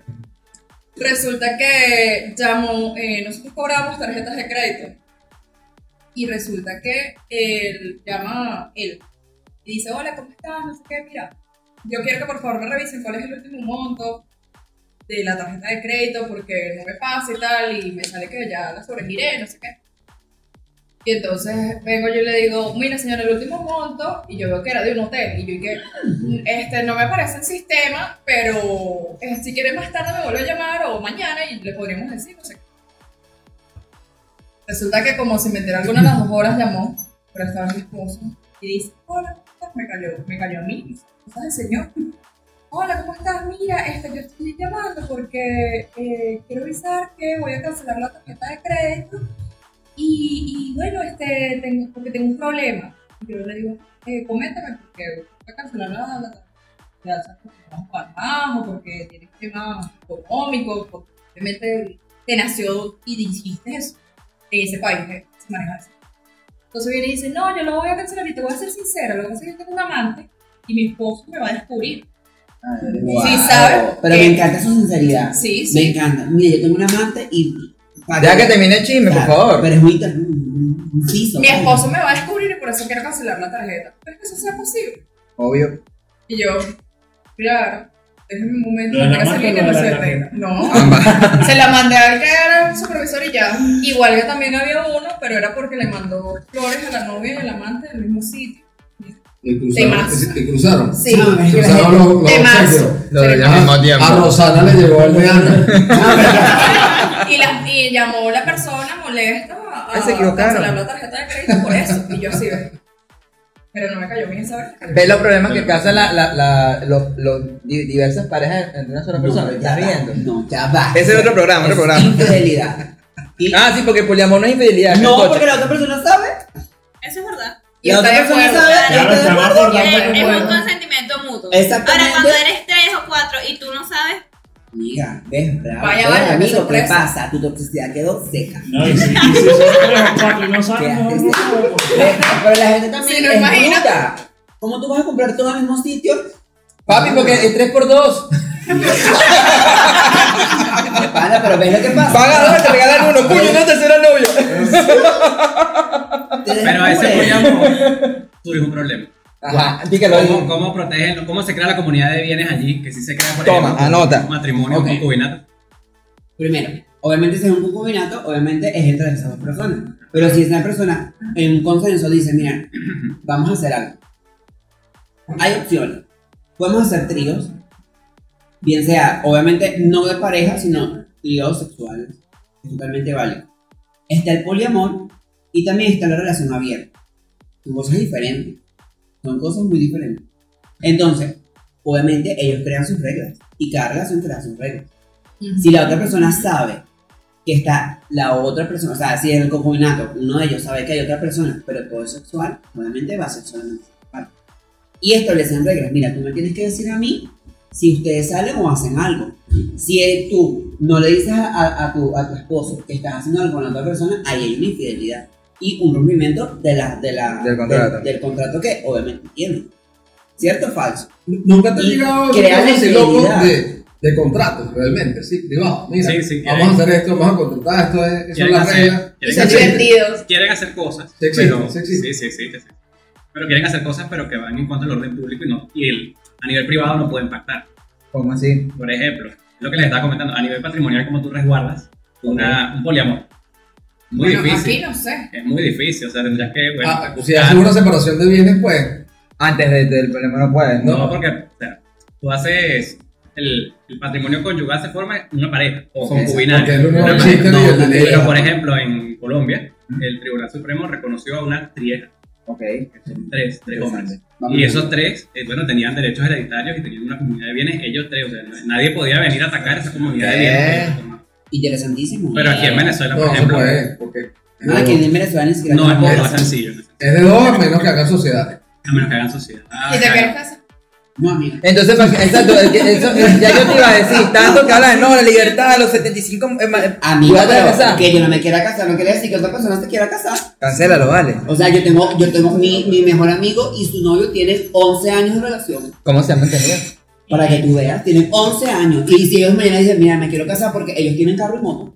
[SPEAKER 4] Resulta que llamó, eh, nosotros cobramos tarjetas de crédito. Y resulta que él llama él y dice, hola, ¿cómo estás? No sé qué, mira, yo quiero que por favor me revisen cuál es el último monto de la tarjeta de crédito porque no me pasa y tal, y me sale que ya la sobregiré, no sé qué. Y entonces vengo yo y le digo, mira señora, el último monto, y yo veo que era de un hotel, y yo dije, "Mm, este, no me aparece el sistema, pero eh, si quieres más tarde me vuelve a llamar o mañana y le podríamos decir, no sé. qué". Resulta que como si me enteré alguna de las dos horas llamó, pero estaba mi esposo, y dice, hola, ¿cómo estás? Me cayó, me cayó a mí, dice, ¿cómo estás el señor? Hola, ¿cómo estás? Mira, este, yo estoy llamando porque eh, quiero avisar que voy a cancelar la tarjeta de crédito Y, y bueno, este, tengo, porque tengo un problema. Yo le digo, eh, coméntame porque voy a cancelar la la- la alza porque vamos para abajo, porque tienes temas económicos, porque obviamente te nació y dijiste eso de ese país que se maneja así. Entonces viene y dice, no, yo lo voy a cancelar y te voy a ser sincera, lo que pasa es que yo tengo un amante y mi esposo me va a descubrir. Sí, ¿sabes? Eh,
[SPEAKER 5] Pero me encanta su sinceridad.
[SPEAKER 4] Sí,
[SPEAKER 5] Me
[SPEAKER 4] sí.
[SPEAKER 5] encanta. Mira, yo tengo un amante y.
[SPEAKER 3] Deja que termine el chisme, por
[SPEAKER 5] Claro,
[SPEAKER 3] favor.
[SPEAKER 5] Pero es muy tan- un un pues. piso.
[SPEAKER 4] Mi
[SPEAKER 5] vale.
[SPEAKER 4] esposo me va a descubrir y por eso quiero cancelar la tarjeta. ¿Crees que eso sea posible?
[SPEAKER 3] Obvio.
[SPEAKER 4] Y yo, claro, déjame un momento,
[SPEAKER 7] Lo de
[SPEAKER 4] no
[SPEAKER 7] la
[SPEAKER 4] quiero salir que
[SPEAKER 7] marca o
[SPEAKER 4] no
[SPEAKER 7] lo de
[SPEAKER 4] se
[SPEAKER 7] la
[SPEAKER 4] arregla. No.
[SPEAKER 3] Ambas.
[SPEAKER 4] *laughs* Se la mandé al que era un supervisor y ya. Igual que también había uno, pero era porque le mandó flores a la novia y al amante del mismo sitio.
[SPEAKER 1] Te
[SPEAKER 4] Temazo.
[SPEAKER 1] cruzaron. Te cruzaron.
[SPEAKER 4] Sí,
[SPEAKER 5] No,
[SPEAKER 1] Te cruzaron Ah, los, los obsequios.
[SPEAKER 4] Temazo.
[SPEAKER 3] Lo
[SPEAKER 4] Se
[SPEAKER 3] de
[SPEAKER 4] le
[SPEAKER 3] Al mismo tiempo.
[SPEAKER 1] a Rosana le llegó el de
[SPEAKER 5] *laughs*
[SPEAKER 1] Ana.
[SPEAKER 4] Y, la, y llamó la persona molesta a,
[SPEAKER 3] Ay,
[SPEAKER 4] a
[SPEAKER 3] se equivocaron.
[SPEAKER 4] cancelar la tarjeta de crédito por eso. Y yo así ve. Pero no me cayó bien saber que
[SPEAKER 3] ¿Ves los problemas que causan la, la, la- los, los di- diversas parejas entre una sola
[SPEAKER 5] No,
[SPEAKER 3] persona?
[SPEAKER 5] ya
[SPEAKER 3] ¿Estás
[SPEAKER 5] va,
[SPEAKER 3] viendo?
[SPEAKER 5] No, ya va.
[SPEAKER 3] Ese es otro programa, otro
[SPEAKER 5] Es
[SPEAKER 3] programa. *laughs*
[SPEAKER 5] Infidelidad. Y-
[SPEAKER 3] Ah, sí, porque el poliamor no es infidelidad.
[SPEAKER 5] no,
[SPEAKER 3] coño.
[SPEAKER 5] porque la otra persona sabe.
[SPEAKER 6] Eso es verdad.
[SPEAKER 4] Y
[SPEAKER 5] La
[SPEAKER 4] está
[SPEAKER 5] otra
[SPEAKER 4] de
[SPEAKER 5] persona
[SPEAKER 4] acuerdo.
[SPEAKER 5] sabe. y
[SPEAKER 7] Claro,
[SPEAKER 5] está de
[SPEAKER 7] se va
[SPEAKER 5] acuerdo.
[SPEAKER 7] por-
[SPEAKER 6] Eh, es un
[SPEAKER 4] acuerdo.
[SPEAKER 6] consentimiento mutuo.
[SPEAKER 5] Exactamente.
[SPEAKER 6] Ahora, cuando eres tres o cuatro y tú no sabes,
[SPEAKER 5] Mira, ves, bravo.
[SPEAKER 4] Vaya,
[SPEAKER 5] Ves,
[SPEAKER 4] vaya, qué
[SPEAKER 5] amigo, ¿qué
[SPEAKER 4] sorpresa.
[SPEAKER 5] pasa? Tu toxicidad quedó seca.
[SPEAKER 7] No, y si, y si son tres o cuatro y no
[SPEAKER 5] ¿Qué
[SPEAKER 7] saben,
[SPEAKER 5] haces?
[SPEAKER 7] mejor no saben.
[SPEAKER 5] Ves, Pero la gente también
[SPEAKER 4] Sí, no,
[SPEAKER 5] es
[SPEAKER 4] imagínate.
[SPEAKER 5] bruta. ¿Cómo tú vas a comprar todo al mismo sitio?
[SPEAKER 3] Papi, porque es 3x2.
[SPEAKER 5] Pana, pero ves lo que pasa.
[SPEAKER 3] Paga dos, te regalan
[SPEAKER 5] *laughs*
[SPEAKER 3] uno. Coño, no te será novio.
[SPEAKER 5] Te
[SPEAKER 2] Pero ese
[SPEAKER 5] descubren.
[SPEAKER 2] poliamor surge un problema.
[SPEAKER 3] Ajá, dígalo.
[SPEAKER 2] ¿Cómo, cómo protegen, cómo se crea la comunidad de bienes allí? Que sí se crea, por
[SPEAKER 3] Toma,
[SPEAKER 2] ejemplo,
[SPEAKER 3] anota.
[SPEAKER 2] un matrimonio,
[SPEAKER 5] Ok.
[SPEAKER 2] un concubinato.
[SPEAKER 5] Primero, obviamente si es un concubinato, obviamente es entre esas dos personas. Pero si esa persona en un consenso dice, mira, *clears throat* vamos a hacer algo. Hay opciones. Podemos hacer tríos, bien sea, obviamente no de pareja, sino tríos sexuales. Es totalmente válido. Está el poliamor y también está la relación abierta. Son cosas diferentes. Son cosas muy diferentes. Entonces, obviamente ellos crean sus reglas y cada relación crea sus reglas. Si la otra persona sabe que está la otra persona, o sea, si en el concubinato uno de ellos sabe que hay otra persona, pero todo es sexual, obviamente va a ser solamente sexual. Y establecen reglas. Mira, tú me tienes que decir a mí si ustedes salen o hacen algo. Si eh, tú no le dices a, a- a tu, a tu esposo que estás haciendo algo con la otra persona, ahí hay una infidelidad y un rompimiento de la, de la,
[SPEAKER 3] Del contrato.
[SPEAKER 5] del- del contrato que obviamente tiene. ¿Cierto o falso?
[SPEAKER 1] Nunca te ha
[SPEAKER 5] Y
[SPEAKER 1] llegado
[SPEAKER 5] crear
[SPEAKER 1] ese loco
[SPEAKER 5] integridad.
[SPEAKER 1] de, de contratos, realmente, sí, privado. Mira,
[SPEAKER 2] Sí, sí,
[SPEAKER 1] vamos a hacer esto, vamos a contratar esto, es, que son
[SPEAKER 2] Quieren
[SPEAKER 1] las reglas.
[SPEAKER 2] hacer, quieren
[SPEAKER 1] Sí,
[SPEAKER 4] son
[SPEAKER 1] sí.
[SPEAKER 2] hacer-
[SPEAKER 4] divertidos.
[SPEAKER 2] quieren hacer cosas.
[SPEAKER 1] Se existe,
[SPEAKER 2] pero,
[SPEAKER 1] se existe.
[SPEAKER 2] Sí, sí, sí, sí, sí. Pero quieren hacer cosas, pero que van en contra del orden público y, no, y el, a nivel privado no pueden pactar.
[SPEAKER 3] ¿Cómo así?
[SPEAKER 2] Por ejemplo, es lo que les estaba comentando, a nivel patrimonial, como tú resguardas una, un poliamor. Muy
[SPEAKER 4] Bueno,
[SPEAKER 2] difícil.
[SPEAKER 4] aquí no sé.
[SPEAKER 2] Es muy difícil, o sea, tendrías que, bueno,
[SPEAKER 1] Ah, si haces una separación de bienes, pues.
[SPEAKER 3] Antes de- del problema no puedes,
[SPEAKER 2] No,
[SPEAKER 3] ¿no?
[SPEAKER 2] porque o sea, tú haces el, el patrimonio conyugal se forma una pareja o
[SPEAKER 3] Exacto,
[SPEAKER 2] concubinario.
[SPEAKER 1] porque es lo único
[SPEAKER 2] Una
[SPEAKER 1] que
[SPEAKER 2] pareja.
[SPEAKER 1] existe en el- en el-
[SPEAKER 2] Pero por ejemplo, en Colombia, el Tribunal Supremo reconoció a una trieja,
[SPEAKER 3] Ok.
[SPEAKER 2] que son tres, tres hombres.
[SPEAKER 5] Vamos
[SPEAKER 2] Y
[SPEAKER 5] a-
[SPEAKER 2] esos tres, eh, bueno, tenían derechos hereditarios y tenían una comunidad de bienes, ellos tres, o sea, nadie podía venir a atacar esa comunidad de bienes.
[SPEAKER 5] Interesantísimo.
[SPEAKER 2] Pero aquí en Venezuela, por
[SPEAKER 1] No, se
[SPEAKER 2] ejemplo,
[SPEAKER 1] puede, porque. es
[SPEAKER 5] No,
[SPEAKER 1] de
[SPEAKER 5] aquí
[SPEAKER 1] dos.
[SPEAKER 5] en Venezuela ni siquiera.
[SPEAKER 2] no es
[SPEAKER 5] tenemos-
[SPEAKER 2] poco sencillo,
[SPEAKER 1] Es de dos, a menos que hagan sociedad.
[SPEAKER 2] a menos que hagan sociedad. Ah,
[SPEAKER 4] ¿Y te
[SPEAKER 2] claro.
[SPEAKER 4] quieres casar?
[SPEAKER 5] No, amiga.
[SPEAKER 3] Entonces, pa- exacto, es que eso, es- ya yo te iba a decir, tanto que hablas, no, la libertad, los 75... eh, ma- eh,
[SPEAKER 5] Amiga,
[SPEAKER 3] ¿tú vas a
[SPEAKER 5] pero
[SPEAKER 3] casar?
[SPEAKER 5] que yo no me quiera casar, no quiere decir que otra persona se quiera casar.
[SPEAKER 3] Cancélalo, vale.
[SPEAKER 5] O sea, yo tengo, yo tengo mi, mi mejor amigo y su novio tiene 11 años de relación.
[SPEAKER 3] ¿Cómo se llama ese
[SPEAKER 5] Para que tú veas, tienen 11 años. Y si ellos mañana dicen, mira, me quiero casar porque ellos tienen carro y moto.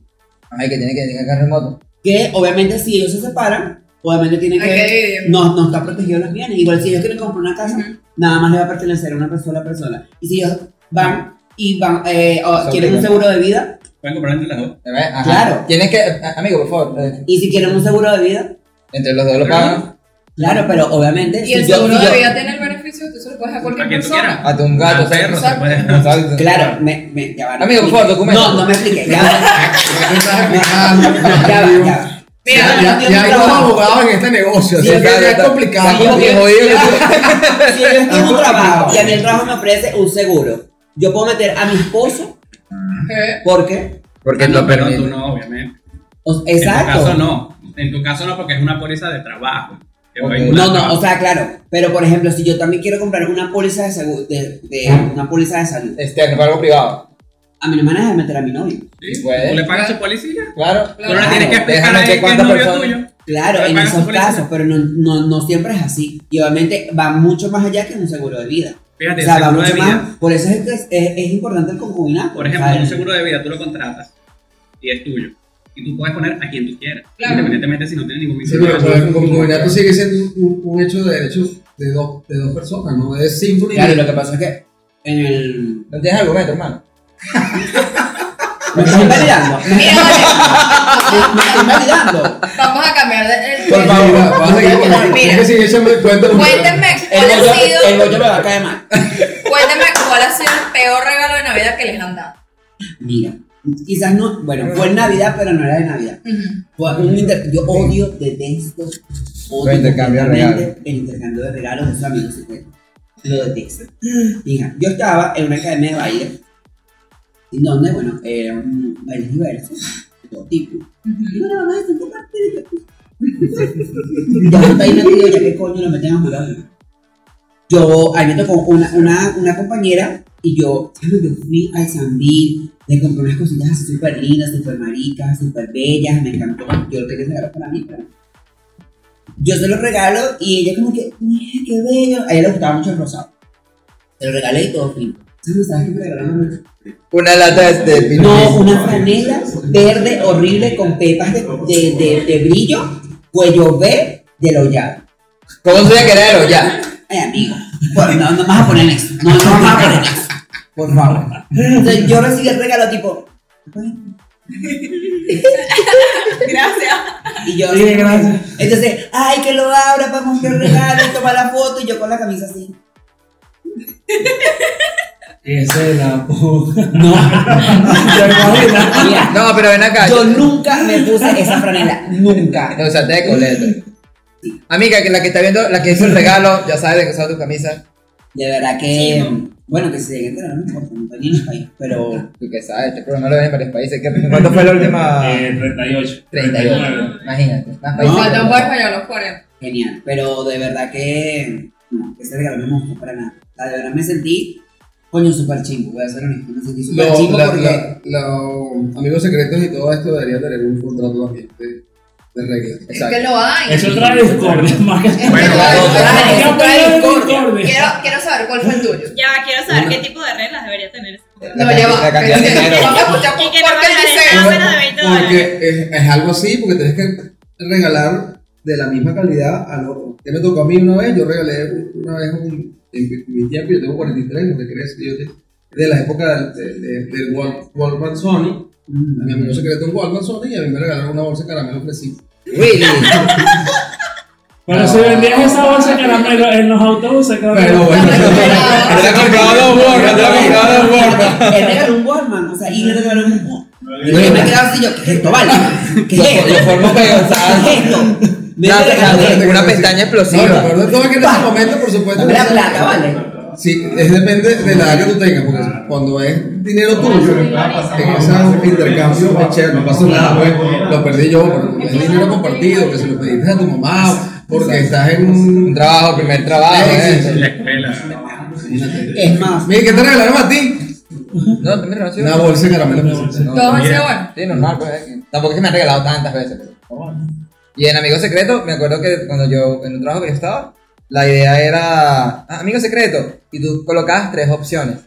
[SPEAKER 3] Ay, que tiene que tener carro y moto.
[SPEAKER 5] Que obviamente si ellos se separan, obviamente tienen
[SPEAKER 4] Hay que
[SPEAKER 5] que...
[SPEAKER 4] dividirlo.
[SPEAKER 5] No, no está protegido los bienes. Igual si ellos quieren comprar una casa,
[SPEAKER 4] Ujú.
[SPEAKER 5] nada más le va a pertenecer a una persona persona. Y si ellos van y van, eh, o
[SPEAKER 3] Son
[SPEAKER 5] quieren un
[SPEAKER 3] privados.
[SPEAKER 5] seguro de vida,
[SPEAKER 2] Pueden comprar entre las dos.
[SPEAKER 3] ¿Te ves? Ajá.
[SPEAKER 5] Claro.
[SPEAKER 3] Tienes que, eh, amigo, por favor, eh,
[SPEAKER 5] y si quieren un seguro de vida,
[SPEAKER 3] entre los dos lo pagan.
[SPEAKER 5] Claro, pero obviamente.
[SPEAKER 4] Y el
[SPEAKER 5] si yo-
[SPEAKER 4] seguro
[SPEAKER 5] si yo-
[SPEAKER 4] de vida tiene el beneficio, tú se lo puedes a cualquier
[SPEAKER 2] A quien tú
[SPEAKER 4] persona.
[SPEAKER 2] quieras.
[SPEAKER 3] Hasta un gato,
[SPEAKER 2] Al Ah, perro se
[SPEAKER 3] ¿sabes?
[SPEAKER 2] puede.
[SPEAKER 3] Exacto. *laughs*
[SPEAKER 5] Claro, me, me, ya va. no
[SPEAKER 3] Amigo,
[SPEAKER 5] me
[SPEAKER 3] por favor,
[SPEAKER 5] explique.
[SPEAKER 3] documento.
[SPEAKER 5] No, no me
[SPEAKER 1] *laughs*
[SPEAKER 5] expliqué. Ya va, *laughs*
[SPEAKER 1] ¿Qué me estás explicando?
[SPEAKER 5] ya va, ya va.
[SPEAKER 1] Ya, Ah, ya, ya hay dos abogados en este negocio, así
[SPEAKER 5] Sí,
[SPEAKER 1] que
[SPEAKER 3] claro,
[SPEAKER 1] ya es
[SPEAKER 3] está-
[SPEAKER 1] complicado.
[SPEAKER 5] está
[SPEAKER 1] porque-
[SPEAKER 3] Jodido,
[SPEAKER 1] *laughs*
[SPEAKER 5] Si yo estoy en un
[SPEAKER 1] Tampoco
[SPEAKER 5] trabajo
[SPEAKER 1] explicaba.
[SPEAKER 5] y a mí el trabajo me ofrece un seguro, yo puedo meter a mi esposo
[SPEAKER 4] ¿Qué?
[SPEAKER 5] porque.
[SPEAKER 3] Porque
[SPEAKER 2] Ah,
[SPEAKER 3] lo
[SPEAKER 2] no, pero
[SPEAKER 3] permite.
[SPEAKER 2] tú no, obviamente.
[SPEAKER 5] o-
[SPEAKER 2] En tu
[SPEAKER 5] Exacto.
[SPEAKER 2] caso no. En tu caso no, porque es una póliza de trabajo. Que
[SPEAKER 3] Ok.
[SPEAKER 2] fue una-
[SPEAKER 5] No, no, o sea, claro. Pero por ejemplo, si yo también quiero comprar una póliza de salud, de, de- una póliza de salud,
[SPEAKER 3] Externo, Este, para algo privado.
[SPEAKER 5] a mi hermana de meter a mi novio.
[SPEAKER 2] Sí,
[SPEAKER 3] Puede.
[SPEAKER 5] pues,
[SPEAKER 2] ¿Tú le pagas su policía?
[SPEAKER 3] Claro.
[SPEAKER 2] Tú no le tienes que explicar
[SPEAKER 3] Déjame
[SPEAKER 2] a él
[SPEAKER 3] que
[SPEAKER 2] que es
[SPEAKER 3] cuántas
[SPEAKER 2] novio
[SPEAKER 3] personas-
[SPEAKER 2] tuyo.
[SPEAKER 5] Claro,
[SPEAKER 2] Pero
[SPEAKER 5] en
[SPEAKER 2] pagas
[SPEAKER 5] esos
[SPEAKER 2] tu policía.
[SPEAKER 5] casos, pero no, no, no siempre es así. Y obviamente va mucho más allá que un seguro de vida.
[SPEAKER 2] Fíjate,
[SPEAKER 5] o sea, va
[SPEAKER 2] seguro de
[SPEAKER 5] mucho
[SPEAKER 2] vida.
[SPEAKER 5] más. Por eso es que es, es- es importante el concubinato.
[SPEAKER 2] Por ejemplo,
[SPEAKER 5] ¿sabes?
[SPEAKER 2] un seguro de vida tú lo contratas y es tuyo. Y tú puedes poner a quien tú quieras.
[SPEAKER 8] Claro.
[SPEAKER 2] Independientemente si no tiene ningún
[SPEAKER 1] Sí, pero, pues,
[SPEAKER 2] vínculo.
[SPEAKER 1] el concubinato sigue siendo un, un hecho de derechos de dos, de dos personas, no es simple.
[SPEAKER 5] Claro, lo que pasa es que en el.
[SPEAKER 1] *laughs*
[SPEAKER 3] No tienes argumento, hermano.
[SPEAKER 5] Me estás invalidando. Me
[SPEAKER 4] Mira, vale,
[SPEAKER 5] estás invalidando.
[SPEAKER 4] *laughs* vamos a cambiar de- el
[SPEAKER 1] Por favor, vas a seguir con la-
[SPEAKER 4] Mira.
[SPEAKER 1] tienes que seguir echando el cuento.
[SPEAKER 4] Cuéntenme
[SPEAKER 5] El
[SPEAKER 4] cuál ha
[SPEAKER 5] bollo, el
[SPEAKER 4] sido,
[SPEAKER 5] bollo me va a caer mal.
[SPEAKER 4] cuéntenme cuál ha sido el peor regalo de Navidad que les han dado.
[SPEAKER 5] Mira, quizás no. Bueno, fue en Navidad, pero no era de Navidad. Fue un inter- Yo odio, detesto. Odio
[SPEAKER 3] Los intercambios de
[SPEAKER 5] completamente
[SPEAKER 3] regalos.
[SPEAKER 5] El intercambio de regalos de sus amigos secretos. Lo detesto. Mira, yo estaba en una academia de baile. En donde, bueno, eran bailes diversos. De todo tipo. Y bueno, mamá, ¿tú qué parte de *laughs* ya está ahí metido, yo qué coño lo meten a jugar. Yo, ahí me tocó una, una, una compañera y yo, chamo, yo fui al Sambil, le compré unas cositas así súper lindas, súper maricas, súper bellas, me encantó. Yo lo quería regalar para mí, pero. Yo se lo regalo y ella, como que, mira, qué bello. A ella le gustaba mucho el rosado. Se lo regalé y todo fin. ¿Sabes qué me regalaron?
[SPEAKER 3] Una lata de- de pino.
[SPEAKER 5] No, una franela verde horrible con pepas de, de, de, de brillo, cuello B de la hollada.
[SPEAKER 3] ¿Cómo se llama quererlo? Ya.
[SPEAKER 5] Ay, amigo. Bueno, no, no vas a poner eso. No, no vas a poner eso. Por favor. Entonces, yo recibí el regalo tipo.
[SPEAKER 4] Gracias.
[SPEAKER 5] Y yo.
[SPEAKER 7] Sí, gracias.
[SPEAKER 5] Entonces, ay, que lo abra para mostrar el regalo y tomar la foto. Y yo con la camisa así.
[SPEAKER 7] Ese es la puta.
[SPEAKER 5] No.
[SPEAKER 3] No, pero ven acá.
[SPEAKER 5] yo nunca me puse esa franela. Nunca.
[SPEAKER 3] O sea, te de coleto. Amiga, que la que está viendo, la que hizo el regalo, ya sabe de que usaba tu camisa.
[SPEAKER 5] De verdad que. Bueno, que se llegue a enterar, no importa, no está ni en el país. Pero.
[SPEAKER 3] Tú que sabes, este programa lo ven en varios países. ¿Qué- ¿Cuándo fue la última?
[SPEAKER 7] Eh, 38.
[SPEAKER 3] 38. Imagínate. más
[SPEAKER 5] No,
[SPEAKER 3] países que-
[SPEAKER 4] Faltan varios para los 40.
[SPEAKER 5] Genial, pero de verdad que no, ese regalo no me gustó para nada. O sea, de verdad me sentí, coño, súper chingo, voy a ser honesto, me sentí súper
[SPEAKER 1] Los
[SPEAKER 5] chingo porque...
[SPEAKER 1] amigos secretos y todo esto deberían tener un contrato también de, de reglas.
[SPEAKER 4] Es que lo hay.
[SPEAKER 7] Eso trae discordia *laughs* más que.
[SPEAKER 4] Es
[SPEAKER 2] Bueno,
[SPEAKER 4] que lo hay,
[SPEAKER 3] claro,
[SPEAKER 4] lo hay,
[SPEAKER 7] Ya
[SPEAKER 4] eso trae
[SPEAKER 7] pelearon
[SPEAKER 4] discordia.
[SPEAKER 7] discordia.
[SPEAKER 4] Quiero, quiero saber cuál fue el tuyo.
[SPEAKER 6] Ya va, quiero saber qué tipo de reglas debería tener ese contrato.
[SPEAKER 3] La
[SPEAKER 4] No, ya
[SPEAKER 3] cantidad-
[SPEAKER 4] va.
[SPEAKER 3] la cantidad de
[SPEAKER 4] pero es que-
[SPEAKER 3] dinero.
[SPEAKER 4] Vamos a escuchar
[SPEAKER 6] Y
[SPEAKER 4] por
[SPEAKER 6] que
[SPEAKER 4] qué
[SPEAKER 6] no me
[SPEAKER 4] el
[SPEAKER 6] regalen
[SPEAKER 4] diseño.
[SPEAKER 6] nada de 20 dólares.
[SPEAKER 1] Porque es, es algo así, porque tienes que regalar de la misma calidad al otro. Ya me tocó a mí una vez, yo regalé una vez un, en mi- mi tiempo, yo tengo 43, no te crees, yo te- de la época del, del, del Wal- Walmart Sony, a mi amigo secreto un Walmart Sony y a mí me regalaron una bolsa de caramelo fresito.
[SPEAKER 3] Willy.
[SPEAKER 7] Pero si vendías esa bolsa de caramelo en los autobuses, cabrón.
[SPEAKER 1] Pero bueno,
[SPEAKER 7] *laughs*
[SPEAKER 4] Pero
[SPEAKER 1] te ha comprado dos
[SPEAKER 5] Pero
[SPEAKER 1] te ha comprado dos
[SPEAKER 5] Él regaló un Walkman, o sea, y le regaló un Walkman. Yo me he quedado así, yo, ¿qué es esto, vale? ¿Qué es
[SPEAKER 3] Lo
[SPEAKER 5] esto?
[SPEAKER 3] formo
[SPEAKER 5] *laughs* ¿Qué
[SPEAKER 3] pegosazo.
[SPEAKER 5] es esto? Me
[SPEAKER 3] No,
[SPEAKER 5] regaló
[SPEAKER 3] pero-
[SPEAKER 5] esto.
[SPEAKER 3] Una pestaña explosiva.
[SPEAKER 1] No, lo peor de todo es que en ese momento, por supuesto.
[SPEAKER 5] Dame la plata, ¿vale?
[SPEAKER 1] Sí, es depende de la edad que tú tengas, porque cuando es dinero tuyo, en ese intercambio, es chévere, no pasa nada, pues, lo perdí yo, pero es dinero compartido, que se lo pediste a tu mamá, porque estás en
[SPEAKER 3] Un
[SPEAKER 1] un...
[SPEAKER 3] trabajo, primer trabajo.
[SPEAKER 1] Sí, sí,
[SPEAKER 3] ¿eh?
[SPEAKER 1] sí.
[SPEAKER 2] La escuela.
[SPEAKER 5] Es más,
[SPEAKER 1] Mira, ¿qué te regalaron a ti?
[SPEAKER 3] No, también no ha sido.
[SPEAKER 1] Una bolsa de caramelo.
[SPEAKER 4] Todos han sido buenos.
[SPEAKER 3] Sí, normal, pues. eh, Tampoco es que me han regalado tantas veces. pero- Y en Amigo Secreto, me acuerdo que cuando yo, en un trabajo que yo estaba, la idea era ah, Amigo Secreto. Y tú colocabas tres opciones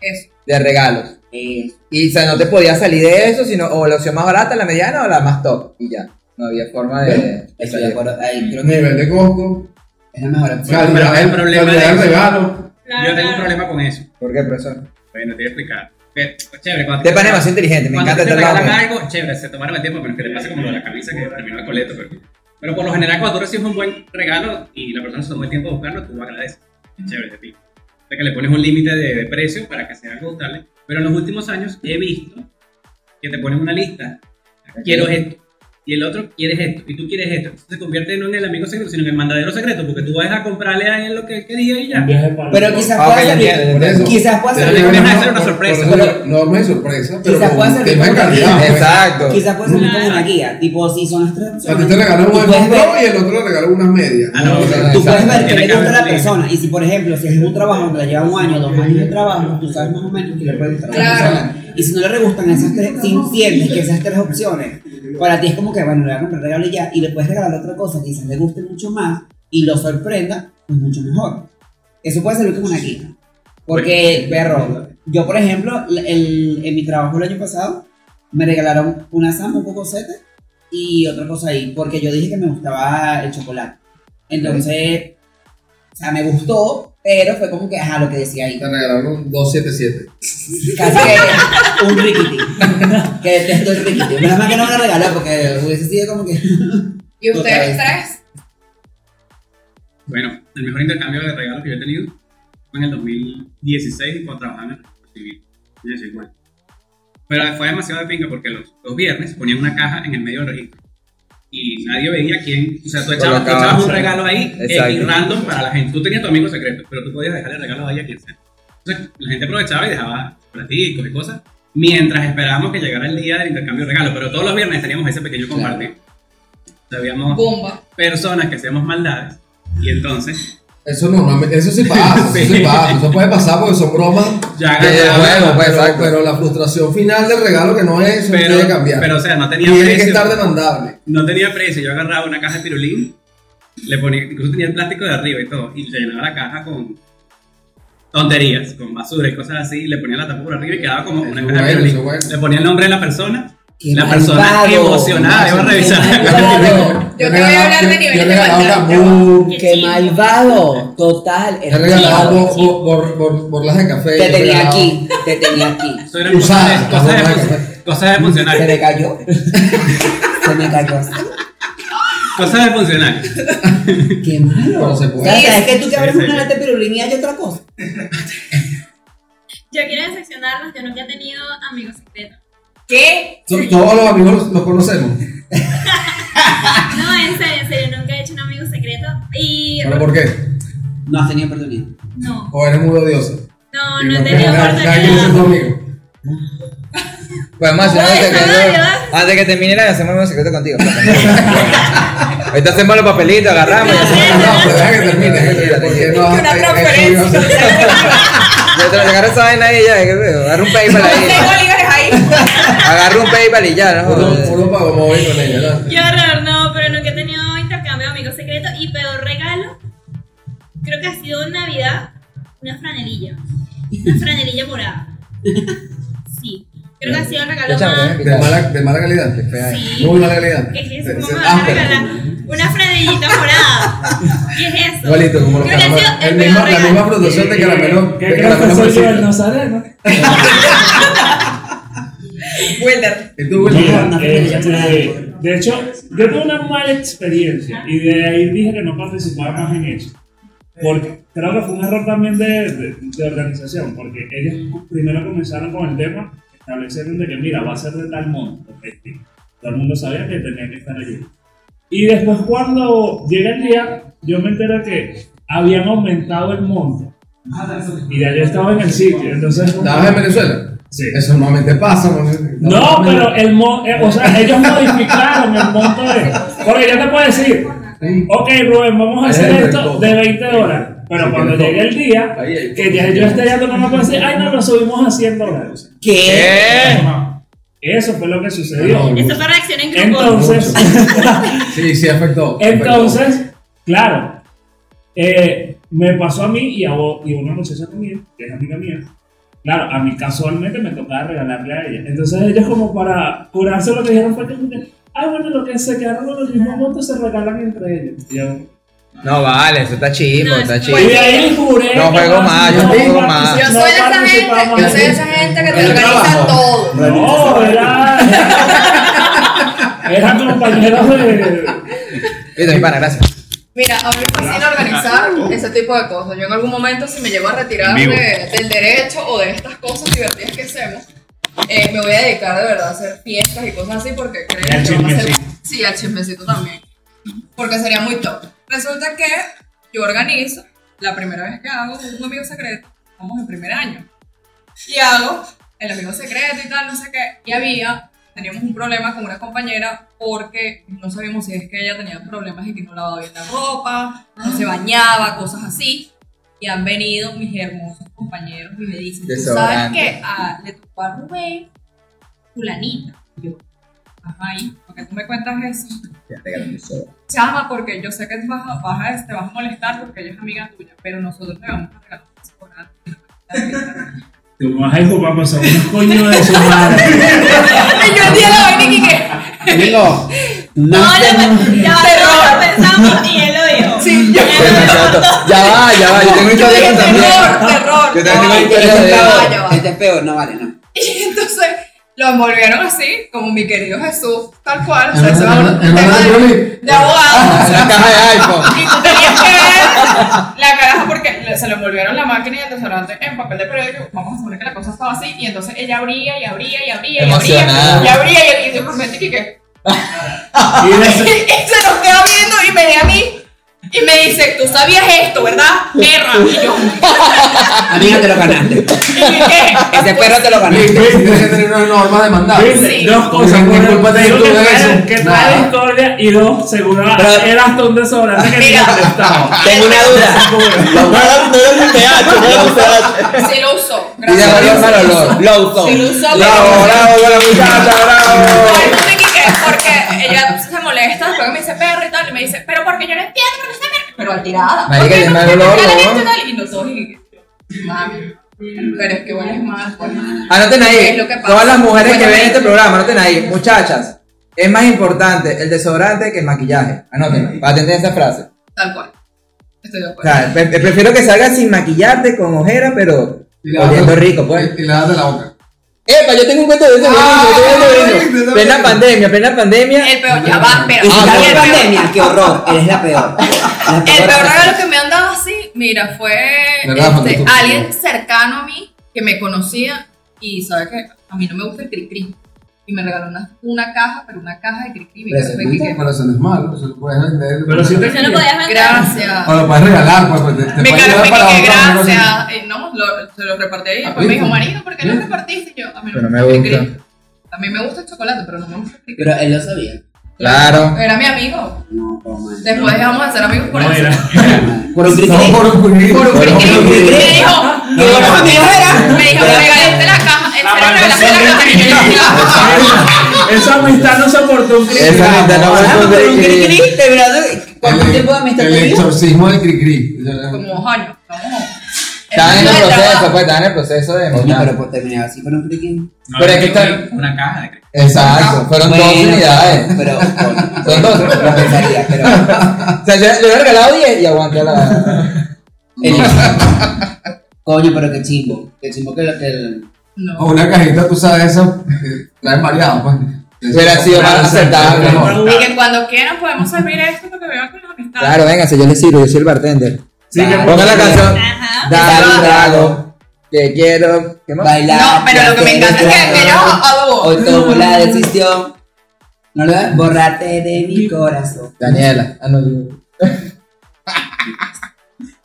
[SPEAKER 4] Eso.
[SPEAKER 3] de regalos.
[SPEAKER 5] eh,
[SPEAKER 3] Y o sea, no te podías salir de eso, sino o la opción más barata, la mediana o la más top. Y ya. No había forma de.
[SPEAKER 5] estoy de acuerdo, ahí creo que
[SPEAKER 1] Nivel de costo,
[SPEAKER 5] es la mejor opción.
[SPEAKER 1] calidad,
[SPEAKER 2] el problema
[SPEAKER 1] calidad
[SPEAKER 2] es-
[SPEAKER 1] del regalo.
[SPEAKER 6] Claro,
[SPEAKER 2] Yo tengo un
[SPEAKER 6] claro.
[SPEAKER 2] problema con eso.
[SPEAKER 3] ¿Por qué, profesor?
[SPEAKER 2] Bueno, te voy a explicar. Que, pues, chévere, cuando
[SPEAKER 3] Te es demasiado inteligente, me
[SPEAKER 2] cuando
[SPEAKER 3] encanta
[SPEAKER 2] te
[SPEAKER 3] este estar
[SPEAKER 2] regalan
[SPEAKER 3] hablando.
[SPEAKER 2] algo, chévere, se tomaron el tiempo, pero es que le pasa como lo de la camisa que terminó el coleto. Pero, pero por lo general, cuando tú recibes un buen regalo y la persona se tomó el tiempo de buscarlo, tú lo agradeces. Chévere de ti. O sea, que le pones un límite de, de precio para que sea algo gustable. Pero en los últimos años he visto que te ponen una lista. Quiero esto. y el otro quieres esto, y tú quieres esto. Entonces se convierte no en el amigo secreto, sino en el mandadero secreto, porque tú vas a comprarle a él lo que él quería y ya.
[SPEAKER 7] Viaje para
[SPEAKER 5] Pero quizás
[SPEAKER 3] Ah, ok,
[SPEAKER 5] pueda
[SPEAKER 3] ya
[SPEAKER 5] salir.
[SPEAKER 3] entiendo.
[SPEAKER 1] Por eso.
[SPEAKER 5] Quizás pueda
[SPEAKER 2] Pero le
[SPEAKER 5] salir.
[SPEAKER 2] voy a hacer
[SPEAKER 1] Por-
[SPEAKER 2] una
[SPEAKER 1] por-
[SPEAKER 2] sorpresa.
[SPEAKER 1] por eso, Norma y sorpresa, pero
[SPEAKER 5] Quizás
[SPEAKER 1] con
[SPEAKER 5] pueda ser
[SPEAKER 1] tema de
[SPEAKER 5] mejor.
[SPEAKER 1] calidad. pues.
[SPEAKER 3] Exacto.
[SPEAKER 5] Quizás pueda salir como una guía. Tipo, si son las tres
[SPEAKER 1] O sea, tú
[SPEAKER 5] opciones.
[SPEAKER 1] te regaló
[SPEAKER 5] tú
[SPEAKER 1] un
[SPEAKER 5] puedes ver-
[SPEAKER 1] iPhone y el otro le regaló unas medias.
[SPEAKER 2] Ah, no,
[SPEAKER 1] O sea,
[SPEAKER 5] Tú puedes
[SPEAKER 1] exacto.
[SPEAKER 5] ver qué
[SPEAKER 2] Tiene
[SPEAKER 5] le
[SPEAKER 2] que
[SPEAKER 5] gusta a
[SPEAKER 2] haber
[SPEAKER 5] la
[SPEAKER 2] un límite.
[SPEAKER 5] persona. Y si, por ejemplo, si es un trabajo donde le lleva un año, dos años de trabajo, tú sabes más o menos que le puede gustar a la
[SPEAKER 8] Claro.
[SPEAKER 5] persona. Y si no le gustan esas tres, si sientes que esas tres opciones, para ti es como que, bueno, le voy a comprar regalo y ya, y le puedes regalar otra cosa que quizás le guste mucho más y lo sorprenda, pues mucho mejor. Eso puede servir como una guía. Porque, perro, yo, por ejemplo, el- el- en mi trabajo el año pasado, me regalaron una Sam, un poco sete y otra cosa ahí, porque yo dije que me gustaba el chocolate. Entonces, o sea, me gustó, pero fue como que, ajá, lo que decía ahí.
[SPEAKER 1] Te regalaron un 277.
[SPEAKER 5] Casi que un riquiti. *laughs* Que detesto el riquiti. Menos mal que no me lo regaló porque hubiese sido como que.
[SPEAKER 4] ¿Y ustedes
[SPEAKER 5] Total.
[SPEAKER 4] tres?
[SPEAKER 2] Bueno, el mejor intercambio de regalos que yo he tenido fue en el 2016 cuando trabajaba en el civil. Yo decía, bueno. Pero fue demasiado de pinga porque los, los viernes ponían una caja en el medio del registro. Y nadie veía quién. O sea, tú echabas, tú
[SPEAKER 3] Colocaba,
[SPEAKER 2] echabas un
[SPEAKER 3] sí.
[SPEAKER 2] regalo ahí,
[SPEAKER 3] Exacto.
[SPEAKER 2] X random para la gente. Tú tenías tu amigo secreto, pero tú podías dejarle regalos ahí a quien sea. Entonces, la gente aprovechaba y dejaba platicos y cosas mientras esperábamos que llegara el día del intercambio de regalos. Pero todos los viernes teníamos ese pequeño compartir. Sabíamos
[SPEAKER 4] Bomba.
[SPEAKER 2] personas que hacíamos maldades. Y entonces,
[SPEAKER 1] Eso normalmente, eso sí pasa, eso sí
[SPEAKER 2] Sí.
[SPEAKER 1] pasa, eso puede pasar porque son bromas.
[SPEAKER 2] ya
[SPEAKER 3] De
[SPEAKER 2] ganaba,
[SPEAKER 3] juego, pues,
[SPEAKER 1] pero,
[SPEAKER 3] exacto.
[SPEAKER 1] pero la frustración final del regalo que no es, eso
[SPEAKER 2] pero,
[SPEAKER 1] puede cambiar.
[SPEAKER 2] pero, o sea, no tenía
[SPEAKER 1] Tiene que
[SPEAKER 2] precio.
[SPEAKER 1] estar demandable.
[SPEAKER 2] No tenía precio. Yo agarraba una caja de pirulín, le ponía, incluso tenía el plástico de arriba y todo, y llenaba la caja con tonterías, con basura y cosas así, y le ponía la tapa por arriba y quedaba como una
[SPEAKER 1] Eso
[SPEAKER 2] caja de
[SPEAKER 1] bueno,
[SPEAKER 2] pirulín.
[SPEAKER 1] eso bueno.
[SPEAKER 2] Le ponía el nombre de la persona,
[SPEAKER 5] Qué
[SPEAKER 2] la persona
[SPEAKER 5] malvado,
[SPEAKER 2] emocionada, iba a revisar. *laughs*
[SPEAKER 5] qué malvado.
[SPEAKER 4] Yo te voy a hablar de
[SPEAKER 1] Yo
[SPEAKER 4] niveles
[SPEAKER 1] he
[SPEAKER 4] de
[SPEAKER 1] regalado
[SPEAKER 4] maldad.
[SPEAKER 1] cambur,
[SPEAKER 6] Qué
[SPEAKER 5] Qué
[SPEAKER 6] chido.
[SPEAKER 5] malvado. Total.
[SPEAKER 1] he
[SPEAKER 5] eres
[SPEAKER 1] regalado
[SPEAKER 5] malvado.
[SPEAKER 1] bo- bo- bor- bor- borlas de café.
[SPEAKER 5] Te
[SPEAKER 1] he
[SPEAKER 5] tenía
[SPEAKER 1] regalado-
[SPEAKER 5] aquí. Te tenía aquí.
[SPEAKER 2] Eso eran cosas,
[SPEAKER 1] Usada,
[SPEAKER 2] de- cosas,
[SPEAKER 1] la
[SPEAKER 2] de,
[SPEAKER 1] bomba de
[SPEAKER 2] funcionarios. cosas de
[SPEAKER 5] Se
[SPEAKER 2] funcionarios.
[SPEAKER 5] me cayó. Se me cayó así.
[SPEAKER 2] Cosas de funcionarios.
[SPEAKER 5] Qué malo.
[SPEAKER 1] Pero se
[SPEAKER 5] O
[SPEAKER 1] puede.
[SPEAKER 5] sea, ¿sabes que tú que
[SPEAKER 2] Sí,
[SPEAKER 5] abres
[SPEAKER 2] sí,
[SPEAKER 5] una
[SPEAKER 2] sí.
[SPEAKER 5] lata de pirulín y hay otra cosa?
[SPEAKER 6] Yo quiero decepcionarlos, yo nunca he tenido amigos secretos.
[SPEAKER 4] ¿Qué?
[SPEAKER 1] So- Todos los amigos los, los conocemos.
[SPEAKER 6] No, en serio, en serio, nunca he hecho un amigo secreto. Y.
[SPEAKER 1] ¿Pero por qué?
[SPEAKER 5] No has tenido oportunidad.
[SPEAKER 6] No,
[SPEAKER 1] O eres muy odiosa.
[SPEAKER 6] no,
[SPEAKER 1] Y
[SPEAKER 6] no he
[SPEAKER 1] los que-
[SPEAKER 6] tenido
[SPEAKER 1] cada- cada quien es tu
[SPEAKER 6] oportunidad.
[SPEAKER 1] amigo.
[SPEAKER 3] Podemos hacer un
[SPEAKER 6] Ay,
[SPEAKER 3] secreto.
[SPEAKER 6] ay, ay.
[SPEAKER 3] Antes que termine, la- hacemos un secreto contigo. pues,
[SPEAKER 6] *laughs*
[SPEAKER 3] Ahorita hacemos los papelitos, agarramos y hacemos.
[SPEAKER 1] No, pero deja que termine, deja que termine, porque no-
[SPEAKER 4] Una
[SPEAKER 1] eh, eh,
[SPEAKER 4] transferencia.
[SPEAKER 1] eso iba a ser-
[SPEAKER 3] Yo te lo agarro esa vaina ahí y ya, que veo. Agarro un PayPal
[SPEAKER 6] *laughs*
[SPEAKER 3] ahí.
[SPEAKER 4] Tengo libres ahí.
[SPEAKER 3] Agarro un PayPal y ya, no
[SPEAKER 1] Uno,
[SPEAKER 3] jodas.
[SPEAKER 1] uno pagó móvil con ella, ¿no?
[SPEAKER 6] Qué horror, no, pero nunca he tenido intercambio de amigos secretos. Y peor regalo, creo que ha sido en Navidad, una franelilla. Una franelilla morada. Sí, creo que ha sido el regalo
[SPEAKER 3] Échame,
[SPEAKER 6] más.
[SPEAKER 1] De mala, de mala calidad, te fea,
[SPEAKER 6] Sí.
[SPEAKER 1] muy mala calidad.
[SPEAKER 6] ¿Qué es
[SPEAKER 1] Se-
[SPEAKER 6] eso?
[SPEAKER 1] se-
[SPEAKER 6] ¿Cómo me van a
[SPEAKER 1] áspera.
[SPEAKER 6] regalar una franelillita morada? ¿Qué es eso?
[SPEAKER 1] Igualito, como los
[SPEAKER 6] Creo que ha
[SPEAKER 1] caramelos. El
[SPEAKER 6] sido el
[SPEAKER 1] mismo-
[SPEAKER 6] peor
[SPEAKER 1] la
[SPEAKER 6] regalo.
[SPEAKER 1] misma producción de caramelo.
[SPEAKER 7] ¿Qué
[SPEAKER 1] de
[SPEAKER 7] crees que
[SPEAKER 1] caramelo
[SPEAKER 7] soy yo el
[SPEAKER 1] morcilla.
[SPEAKER 7] nazareno?
[SPEAKER 4] Wilder.
[SPEAKER 1] ¿Y tú, Willy?
[SPEAKER 7] Mira,
[SPEAKER 5] no,
[SPEAKER 7] este,
[SPEAKER 5] no, no,
[SPEAKER 7] de hecho, yo tuve una mala experiencia y de ahí dije que no participaba más en eso. Porque creo que fue un error también de, de- de organización, porque ellos primero comenzaron con el tema, establecieron de que mira, va a ser de tal modo. perfecto. Todo el mundo sabía que tenía que estar allí. Y después cuando llega el día, yo me entero que habían aumentado el monto. Y ya yo estaba en el sitio, entonces...
[SPEAKER 1] ¿Estabas en Venezuela?
[SPEAKER 7] Sí.
[SPEAKER 1] Eso normalmente pasa. No,
[SPEAKER 7] No, pero el mo- eh, o sea, ellos modificaron el monto de. Porque yo te puedo decir,
[SPEAKER 1] Sí.
[SPEAKER 7] ok, Rubén, vamos a
[SPEAKER 1] Es
[SPEAKER 7] hacer
[SPEAKER 1] el
[SPEAKER 7] esto
[SPEAKER 1] recodo.
[SPEAKER 7] de 20 horas. Pero
[SPEAKER 1] Sí,
[SPEAKER 7] cuando
[SPEAKER 1] el recodo.
[SPEAKER 7] llegue el día,
[SPEAKER 1] Ahí hay
[SPEAKER 7] que ya yo esté ya tomando puedo decir, ay, no, lo subimos a 100 dólares.
[SPEAKER 5] ¿Qué?
[SPEAKER 1] Eh.
[SPEAKER 3] ¿Qué?
[SPEAKER 7] No. Eso fue lo que sucedió.
[SPEAKER 6] Eso fue reacción en grupo.
[SPEAKER 7] Entonces,
[SPEAKER 1] Sí, sí, afectó.
[SPEAKER 7] entonces, claro, eh, me pasó a mí y a, vos- y a una muchacha también, que es amiga mía. Claro, a mí casualmente me tocaba regalarle a ella. Entonces ellos como para curarse lo que dijeron fue que, ah, bueno, lo que se quedaron con los mismos montos se regalan entre ellos. Y yo- "Pues,
[SPEAKER 3] No vale, eso está chismo,
[SPEAKER 6] No,
[SPEAKER 3] está
[SPEAKER 6] eso-
[SPEAKER 7] Y
[SPEAKER 3] chismo.
[SPEAKER 7] de ahí juré.
[SPEAKER 3] No
[SPEAKER 7] que
[SPEAKER 3] juego más, yo no juego más.
[SPEAKER 7] participaba
[SPEAKER 4] Yo soy de esa
[SPEAKER 7] participaba
[SPEAKER 4] gente, yo
[SPEAKER 7] más.
[SPEAKER 4] soy de esa gente que te
[SPEAKER 1] El
[SPEAKER 4] organiza
[SPEAKER 1] trabajo.
[SPEAKER 4] todo.
[SPEAKER 7] No, era. *laughs* Eran compañeros de.
[SPEAKER 3] Viste, mi pana, gracias.
[SPEAKER 4] Mira, a mí me fascina organizar ese tipo de cosas. Yo en algún momento, si me llego a retirar
[SPEAKER 2] En vivo.
[SPEAKER 4] de- del derecho o de estas cosas divertidas que hacemos, eh, me voy a dedicar de verdad a hacer fiestas y cosas así porque creo
[SPEAKER 7] Y al
[SPEAKER 4] que vamos a hacer-
[SPEAKER 7] chismecito.
[SPEAKER 4] Sí, al chismecito también. Porque sería muy top. Resulta que yo organizo, la primera vez que hago un amigo secreto, vamos en primer año. Y hago el amigo secreto y tal, no sé qué. Y había, teníamos un problema con una compañera porque no sabíamos si es que ella tenía problemas y que no lavaba bien la ropa, no se bañaba, cosas así. Y han venido mis hermosos compañeros y me dicen, ¿Tú ¿sabes
[SPEAKER 3] Desodorante.
[SPEAKER 4] que a- le tocó a Rubén fulanita? Y yo, ajá, ¿y por qué tú me cuentas eso?
[SPEAKER 3] Ya te garantizó.
[SPEAKER 4] Chama, porque yo sé que te vas, a, vas a- te vas a molestar porque ella es amiga tuya, pero nosotros le vamos a regalar un desodorante.
[SPEAKER 7] Tú me vas a hijo, vamos a un coño de su madre.
[SPEAKER 4] *laughs* Y yo el día de la vaina y que...
[SPEAKER 5] Amigo, no,
[SPEAKER 6] No, ya
[SPEAKER 5] estemos-
[SPEAKER 6] va- ya va, todos lo pensamos y él lo dijo.
[SPEAKER 4] Sí, yo-
[SPEAKER 6] Él lo dijo.
[SPEAKER 3] Ya va, ya va, yo tengo
[SPEAKER 4] Yo dije,
[SPEAKER 3] historia también.
[SPEAKER 4] terror, terror.
[SPEAKER 3] Yo también tengo
[SPEAKER 4] no,
[SPEAKER 3] historia
[SPEAKER 4] ya
[SPEAKER 3] de-
[SPEAKER 4] va, Ah, ya va.
[SPEAKER 5] Este es peor, no vale, no.
[SPEAKER 4] Y entonces lo envolvieron así, como mi querido Jesús, tal cual. O sea,
[SPEAKER 1] Ajá,
[SPEAKER 4] eso es un
[SPEAKER 1] ajá,
[SPEAKER 4] tema
[SPEAKER 1] ajá,
[SPEAKER 4] de, de abogado. o sea,
[SPEAKER 3] Una caja de iPhone.
[SPEAKER 4] y tú tenías que ver la caraja porque le- se lo envolvieron la máquina y el desodorante en papel de periódico. Vamos a suponer que la cosa estaba así. Y entonces ella abría y abría y abría y abría.
[SPEAKER 3] Emocionada.
[SPEAKER 4] Y abría y, y de repente que- que.
[SPEAKER 7] Y
[SPEAKER 4] *laughs* Y
[SPEAKER 7] de-
[SPEAKER 4] se nos queda viendo y me ve a mí. Y me dice, tú sabías esto, ¿verdad? Perra. Y yo, *laughs*
[SPEAKER 5] Amiga, te lo ganaste.
[SPEAKER 4] ¿y qué?
[SPEAKER 5] Ese perro te lo ganaste.
[SPEAKER 1] Tienes que tener una norma demandada.
[SPEAKER 4] Sí.
[SPEAKER 7] Dos cosas,
[SPEAKER 1] Porque
[SPEAKER 7] una,
[SPEAKER 1] culpa tenés
[SPEAKER 7] digo
[SPEAKER 1] tú
[SPEAKER 7] que
[SPEAKER 1] de
[SPEAKER 7] traes-
[SPEAKER 1] eso.
[SPEAKER 7] que traes
[SPEAKER 1] Nada.
[SPEAKER 7] historia y dos, seguro ah,
[SPEAKER 5] Pero-
[SPEAKER 7] era hasta un desodorante que
[SPEAKER 4] Mira.
[SPEAKER 3] *laughs*
[SPEAKER 7] te contestaba.
[SPEAKER 5] Tengo una duda.
[SPEAKER 3] No era no era un TH, no era un TH.
[SPEAKER 4] Sí lo usó.
[SPEAKER 3] Y de
[SPEAKER 4] Gracias.
[SPEAKER 3] valor para olor. Lo usó.
[SPEAKER 4] Sí lo usó,
[SPEAKER 3] Bravo,
[SPEAKER 4] pero-
[SPEAKER 3] bravo, buena muchacha, bravo.
[SPEAKER 4] Ay, no sé qué, qué, Porque ella se molesta, después me dice perro y tal, y me dice, pero porque yo no entiendo, porque está perro. Pero tirada.
[SPEAKER 3] Marica, y es mal olor, ¿no?
[SPEAKER 4] Y no todos y mami, pero es que hueles mal, pues.
[SPEAKER 3] Anoten
[SPEAKER 4] Es
[SPEAKER 3] ahí,
[SPEAKER 4] lo que pasa.
[SPEAKER 3] todas las mujeres que
[SPEAKER 4] Bueno,
[SPEAKER 3] ven
[SPEAKER 4] ahí.
[SPEAKER 3] este programa, anoten ahí, muchachas, es más importante el desodorante que el maquillaje. Anoten, para atender esa frase.
[SPEAKER 4] Tal cual. Estoy de
[SPEAKER 3] O
[SPEAKER 4] acuerdo.
[SPEAKER 3] sea, pre- prefiero que salgas sin maquillarte, con ojera, pero
[SPEAKER 1] Y la-
[SPEAKER 3] oliendo rico, pues.
[SPEAKER 1] Y la das de la boca.
[SPEAKER 3] Epa, yo tengo un cuento de eso,
[SPEAKER 1] Ah,
[SPEAKER 3] buenísimo, yo tengo uno de
[SPEAKER 1] viste,
[SPEAKER 3] eso.
[SPEAKER 1] no,
[SPEAKER 3] Plena
[SPEAKER 1] no.
[SPEAKER 3] pandemia, plena pandemia.
[SPEAKER 4] El peor, ya va, pero.
[SPEAKER 5] Y si
[SPEAKER 3] Ah,
[SPEAKER 5] estás en
[SPEAKER 4] el peor,
[SPEAKER 5] pandemia, qué horror. Eres la peor. La
[SPEAKER 4] el peor
[SPEAKER 5] persona.
[SPEAKER 4] regalo que me han dado así, mira, fue
[SPEAKER 1] Me rajo,
[SPEAKER 4] este,
[SPEAKER 1] tú.
[SPEAKER 4] alguien cercano a mí que me conocía y sabe que a mí no me gusta el cri-cri. Y me regaló una, una caja, pero una caja de cri-cri.
[SPEAKER 3] Pero
[SPEAKER 4] me quedé,
[SPEAKER 1] Pero eso no es malo. Eso lo puedes vender.
[SPEAKER 7] Pero si te
[SPEAKER 6] Eso no podías vender.
[SPEAKER 4] Gracias.
[SPEAKER 1] O lo puedes regalar, pues. pues, Te, te
[SPEAKER 4] Me
[SPEAKER 1] puede
[SPEAKER 4] cagó
[SPEAKER 1] ayudar
[SPEAKER 4] me
[SPEAKER 1] para
[SPEAKER 4] que
[SPEAKER 1] otra, una cosa así.
[SPEAKER 4] gracias. Eh, no, lo- se lo repartí y después me dijo, marido, ¿por qué no repartiste? Y Yo, a mí no
[SPEAKER 3] Pero
[SPEAKER 4] me
[SPEAKER 3] me
[SPEAKER 4] gusta. el
[SPEAKER 3] gusta.
[SPEAKER 4] cri-cri. A mí me gusta el chocolate, pero no me gusta el cri-cri.
[SPEAKER 5] Pero él lo sabía.
[SPEAKER 4] *laughs*
[SPEAKER 3] Claro.
[SPEAKER 4] Era mi amigo.
[SPEAKER 5] No, toma.
[SPEAKER 4] Después dejamos de ser amigos por
[SPEAKER 7] No,
[SPEAKER 4] eso.
[SPEAKER 7] era.
[SPEAKER 5] Por un
[SPEAKER 1] No,
[SPEAKER 5] cristal.
[SPEAKER 1] por un cuchillo.
[SPEAKER 4] Por un
[SPEAKER 1] Por un
[SPEAKER 4] cri-cri.
[SPEAKER 1] cuchillo.
[SPEAKER 5] cri-cri.
[SPEAKER 4] Me dijo,
[SPEAKER 5] ¿Qué horror contigo era?
[SPEAKER 4] me dijo, me regalaste la caja. En
[SPEAKER 7] La
[SPEAKER 4] serio, regalaste la caja. Y yo, "Ya".
[SPEAKER 7] Esa- Esa amistad no soportó un cristal.
[SPEAKER 3] Esa gente no
[SPEAKER 5] Ah,
[SPEAKER 3] va a
[SPEAKER 5] por un
[SPEAKER 3] poder-
[SPEAKER 5] cri-cri, de verdad, ¿Cuánto
[SPEAKER 1] El-
[SPEAKER 5] tiempo de amistad
[SPEAKER 1] El
[SPEAKER 5] tuvimos?
[SPEAKER 1] exorcismo del cri-cri.
[SPEAKER 4] Como dos años. estamos-
[SPEAKER 3] Estaban en el
[SPEAKER 4] Estamos
[SPEAKER 3] proceso,
[SPEAKER 4] trabajo.
[SPEAKER 3] pues, estaban en el proceso de
[SPEAKER 5] Coño,
[SPEAKER 3] montar.
[SPEAKER 5] pero por terminar así con un cri-cri.
[SPEAKER 2] No,
[SPEAKER 3] Pero
[SPEAKER 2] yo
[SPEAKER 3] es que
[SPEAKER 2] tengo
[SPEAKER 3] está-
[SPEAKER 2] Una caja de
[SPEAKER 1] Ah,
[SPEAKER 2] cristal.
[SPEAKER 3] Exacto, fueron dos
[SPEAKER 5] Bueno,
[SPEAKER 3] unidades. *laughs*
[SPEAKER 5] Pero, coño,
[SPEAKER 3] Son dos.
[SPEAKER 5] lo pensaría,
[SPEAKER 3] *laughs*
[SPEAKER 5] pero.
[SPEAKER 3] O sea, yo yo le he regalado 10 y aguanté la.
[SPEAKER 5] *laughs* el- Coño, pero qué chimbo. Qué chimbo que lo que el.
[SPEAKER 1] O
[SPEAKER 4] No.
[SPEAKER 1] una cajita, tú sabes, esas que traen variado, pues.
[SPEAKER 3] Hubiera sido más acertable.
[SPEAKER 7] Pero-
[SPEAKER 3] ¿no?
[SPEAKER 4] Y que cuando quieran podemos servir esto porque me va con las amistades.
[SPEAKER 3] Claro, véngase, yo le sirvo, yo soy el bartender.
[SPEAKER 7] Sí, que
[SPEAKER 3] Ponga la canción.
[SPEAKER 6] Ajá.
[SPEAKER 3] Dale un trago. Te quiero. ¿Qué más?
[SPEAKER 5] Bailar.
[SPEAKER 4] No, pero lo que me encanta es que ellos a dúo.
[SPEAKER 5] Hoy tomo la decisión. ¿No lo ves? Borrate de mi corazón.
[SPEAKER 3] Daniela. Ah, no, yo.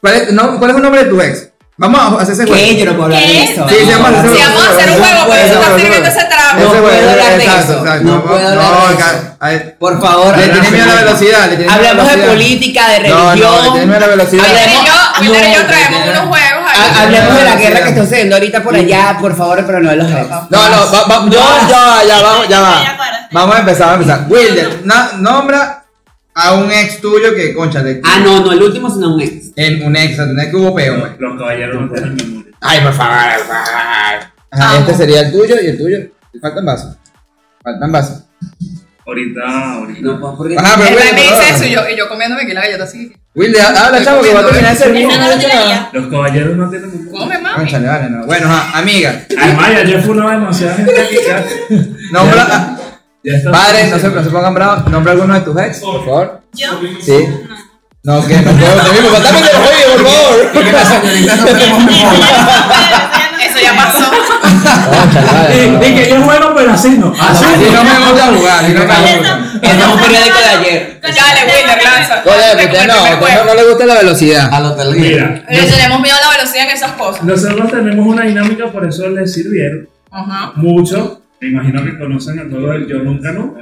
[SPEAKER 3] ¿Cuál, es, no, ¿Cuál es el nombre de tu ex? Vamos a hacer ese juego.
[SPEAKER 5] ¿Qué? Yo no puedo hablar de
[SPEAKER 6] ¿Qué?
[SPEAKER 5] eso.
[SPEAKER 3] pues. Sí, sí, vamos a hacer
[SPEAKER 4] Si vamos a hacer un juego, pues, por eso está sirviendo ese
[SPEAKER 5] No
[SPEAKER 4] trago.
[SPEAKER 5] puedo hablar de
[SPEAKER 3] exacto,
[SPEAKER 5] eso.
[SPEAKER 3] exacto.
[SPEAKER 5] No puedo hablar de
[SPEAKER 3] no,
[SPEAKER 5] eso.
[SPEAKER 3] ca- a ver,
[SPEAKER 5] Por favor,
[SPEAKER 3] Le tiene
[SPEAKER 5] hablamos-
[SPEAKER 3] miedo a la velocidad. Le tiene miedo a la
[SPEAKER 5] hablamos de
[SPEAKER 3] velocidad.
[SPEAKER 5] política, de
[SPEAKER 3] No, no,
[SPEAKER 5] religión.
[SPEAKER 3] le tiene miedo a la velocidad.
[SPEAKER 4] Wilder y yo, Wilder y yo
[SPEAKER 5] No,
[SPEAKER 4] traemos
[SPEAKER 5] no, no.
[SPEAKER 4] unos juegos
[SPEAKER 5] Ha-
[SPEAKER 4] ahí.
[SPEAKER 5] Ah, Hablemos de la
[SPEAKER 3] Sí,
[SPEAKER 5] guerra
[SPEAKER 3] sí.
[SPEAKER 5] que está sucediendo ahorita por allá, por favor, pero no de los ex.
[SPEAKER 3] No, no, va, va- yo, ya, ya, vamos, ya va. Vamos a empezar, vamos a empezar. Wilder, na- nombra a un ex tuyo que, concha, de,
[SPEAKER 5] Ah, no, no, el último sino un ex.
[SPEAKER 3] en un ex, un ex que hubo peor. pues.
[SPEAKER 7] Los caballeros no tienen memoria.
[SPEAKER 3] Ay, por favor, por favor. Ajá,
[SPEAKER 4] Amo.
[SPEAKER 3] este sería el tuyo y el tuyo. Te Faltan vasos. Faltan vasos.
[SPEAKER 7] Ahorita,
[SPEAKER 5] No,
[SPEAKER 7] ahorita.
[SPEAKER 5] pues, porque.
[SPEAKER 3] Ajá, pero
[SPEAKER 4] El
[SPEAKER 3] Wilder,
[SPEAKER 4] me
[SPEAKER 3] por
[SPEAKER 4] dice
[SPEAKER 3] favor.
[SPEAKER 4] eso y yo, y yo comiéndome aquí la galleta así.
[SPEAKER 3] Wilder, habla, chavo, que va a terminar ese
[SPEAKER 6] Eso
[SPEAKER 3] mismo.
[SPEAKER 6] no lo tiraría.
[SPEAKER 7] Los caballeros no tienen memoria.
[SPEAKER 4] Come, mami.
[SPEAKER 3] Concha, vale, no. Bueno, ajá, amiga,
[SPEAKER 7] Además, ya ayer fue una demasiada gente aquí. ya-
[SPEAKER 3] nombra.
[SPEAKER 7] Ya está.
[SPEAKER 3] Padres, no se,
[SPEAKER 7] *laughs*
[SPEAKER 3] no se pongan bravos. Nombra alguno de tus ex, por favor.
[SPEAKER 6] ¿Yo?
[SPEAKER 3] Sí.
[SPEAKER 6] No.
[SPEAKER 3] No, que no puedo lo mismo. Contame que lo oye, por favor.
[SPEAKER 1] Porque las señoritas no tenemos memoria.
[SPEAKER 4] Eso
[SPEAKER 6] Eso
[SPEAKER 4] ya pasó.
[SPEAKER 3] No,
[SPEAKER 7] *laughs*
[SPEAKER 9] Y y que yo juego, pero así no.
[SPEAKER 3] Ah,
[SPEAKER 9] Así
[SPEAKER 1] Así no me gusta jugar, así no me gusta.
[SPEAKER 6] Ese
[SPEAKER 5] es un periódico de ayer.
[SPEAKER 4] Dale, Wilder, lanza.
[SPEAKER 3] Coño, que usted no, usted no le gusta la velocidad.
[SPEAKER 5] Al hotel.
[SPEAKER 7] Mira,
[SPEAKER 4] Le tenemos miedo a la velocidad en esas cosas.
[SPEAKER 7] nosotros tenemos una dinámica, por eso les sirvieron
[SPEAKER 4] Ajá.
[SPEAKER 7] mucho. Me imagino que conocen a todo el yo nunca nunca.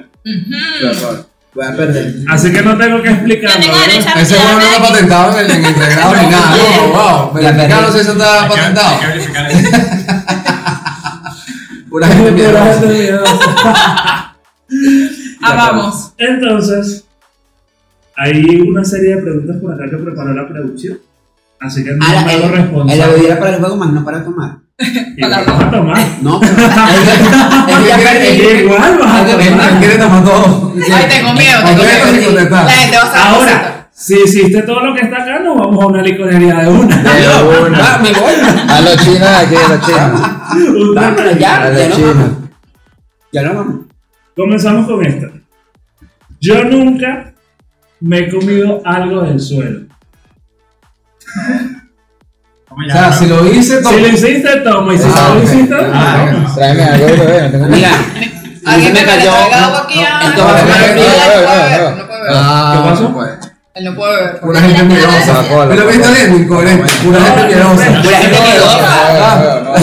[SPEAKER 1] Voy a perder.
[SPEAKER 7] Así que no tengo que explicarlo.
[SPEAKER 6] tengo
[SPEAKER 7] ¿verdad?
[SPEAKER 6] derecho a
[SPEAKER 1] Ese juego no está
[SPEAKER 6] retirarme.
[SPEAKER 1] patentado en el, en el pregrado ni nada. No, wow. Pero
[SPEAKER 5] La
[SPEAKER 1] el mexicano
[SPEAKER 5] perdí.
[SPEAKER 1] sí se está patentado.
[SPEAKER 2] Hay que
[SPEAKER 1] *laughs*
[SPEAKER 2] verificar eso.
[SPEAKER 1] Pura *laughs* gente mierda.
[SPEAKER 5] *laughs*
[SPEAKER 4] Ah, vamos.
[SPEAKER 7] *laughs* Entonces, hay una serie de preguntas por acá que preparó la producción. Así que no
[SPEAKER 5] Ah,
[SPEAKER 7] me
[SPEAKER 5] el-
[SPEAKER 1] eh,
[SPEAKER 7] hago
[SPEAKER 5] El
[SPEAKER 7] responsable.
[SPEAKER 5] bebida para el juego más no para tomar.
[SPEAKER 7] Y la vas a tomar.
[SPEAKER 5] No, pero.
[SPEAKER 1] *laughs* Es que quiere-
[SPEAKER 7] Igual vas a
[SPEAKER 1] es
[SPEAKER 7] tomar.
[SPEAKER 1] que Quiere tomar todo.
[SPEAKER 4] Ay, tengo miedo, tengo
[SPEAKER 1] Contesta sin
[SPEAKER 4] miedo.
[SPEAKER 1] contestar.
[SPEAKER 4] La gente va a saber.
[SPEAKER 7] Ahora, si hiciste todo lo que está acá, nos vamos a una licorería de una.
[SPEAKER 1] Ah, me voy.
[SPEAKER 3] A los chinos aquí, a los chinos.
[SPEAKER 7] Un
[SPEAKER 5] Vámonos
[SPEAKER 7] taco.
[SPEAKER 5] ya,
[SPEAKER 1] Ah,
[SPEAKER 3] A los
[SPEAKER 5] ya no vamos.
[SPEAKER 3] chinos.
[SPEAKER 5] Ya no vamos.
[SPEAKER 7] Comenzamos con esta. Yo nunca me he comido algo del suelo.
[SPEAKER 2] Vamos
[SPEAKER 1] O
[SPEAKER 2] ya,
[SPEAKER 1] sea,
[SPEAKER 2] ¿no?
[SPEAKER 1] si lo hice,
[SPEAKER 7] Si lo
[SPEAKER 1] toma.
[SPEAKER 7] hiciste, toma. Y si no
[SPEAKER 1] ok.
[SPEAKER 7] lo hiciste,
[SPEAKER 1] Ah,
[SPEAKER 7] no.
[SPEAKER 1] ok.
[SPEAKER 3] Tráeme algo de beber, no tengo nada.
[SPEAKER 5] Mira, a mí se
[SPEAKER 4] Alguien
[SPEAKER 5] me
[SPEAKER 4] que le
[SPEAKER 5] cayó.
[SPEAKER 4] traiga
[SPEAKER 5] no,
[SPEAKER 4] agua aquí,
[SPEAKER 5] no,
[SPEAKER 4] ah,
[SPEAKER 5] esto
[SPEAKER 4] no,
[SPEAKER 5] va a
[SPEAKER 4] no,
[SPEAKER 5] ser-
[SPEAKER 4] no,
[SPEAKER 3] beber,
[SPEAKER 4] no,
[SPEAKER 3] beber,
[SPEAKER 4] no,
[SPEAKER 3] beber.
[SPEAKER 4] no puede beber.
[SPEAKER 1] Ah,
[SPEAKER 7] ¿Qué pasó?
[SPEAKER 1] no puede.
[SPEAKER 4] Él no puede beber.
[SPEAKER 1] Una gente miedosa.
[SPEAKER 3] Coca-Cola.
[SPEAKER 1] Pero que está bien, incoherente. Una gente miedosa.
[SPEAKER 5] Pura gente miedosa. Pura
[SPEAKER 7] *laughs*
[SPEAKER 5] gente miedosa.
[SPEAKER 6] Un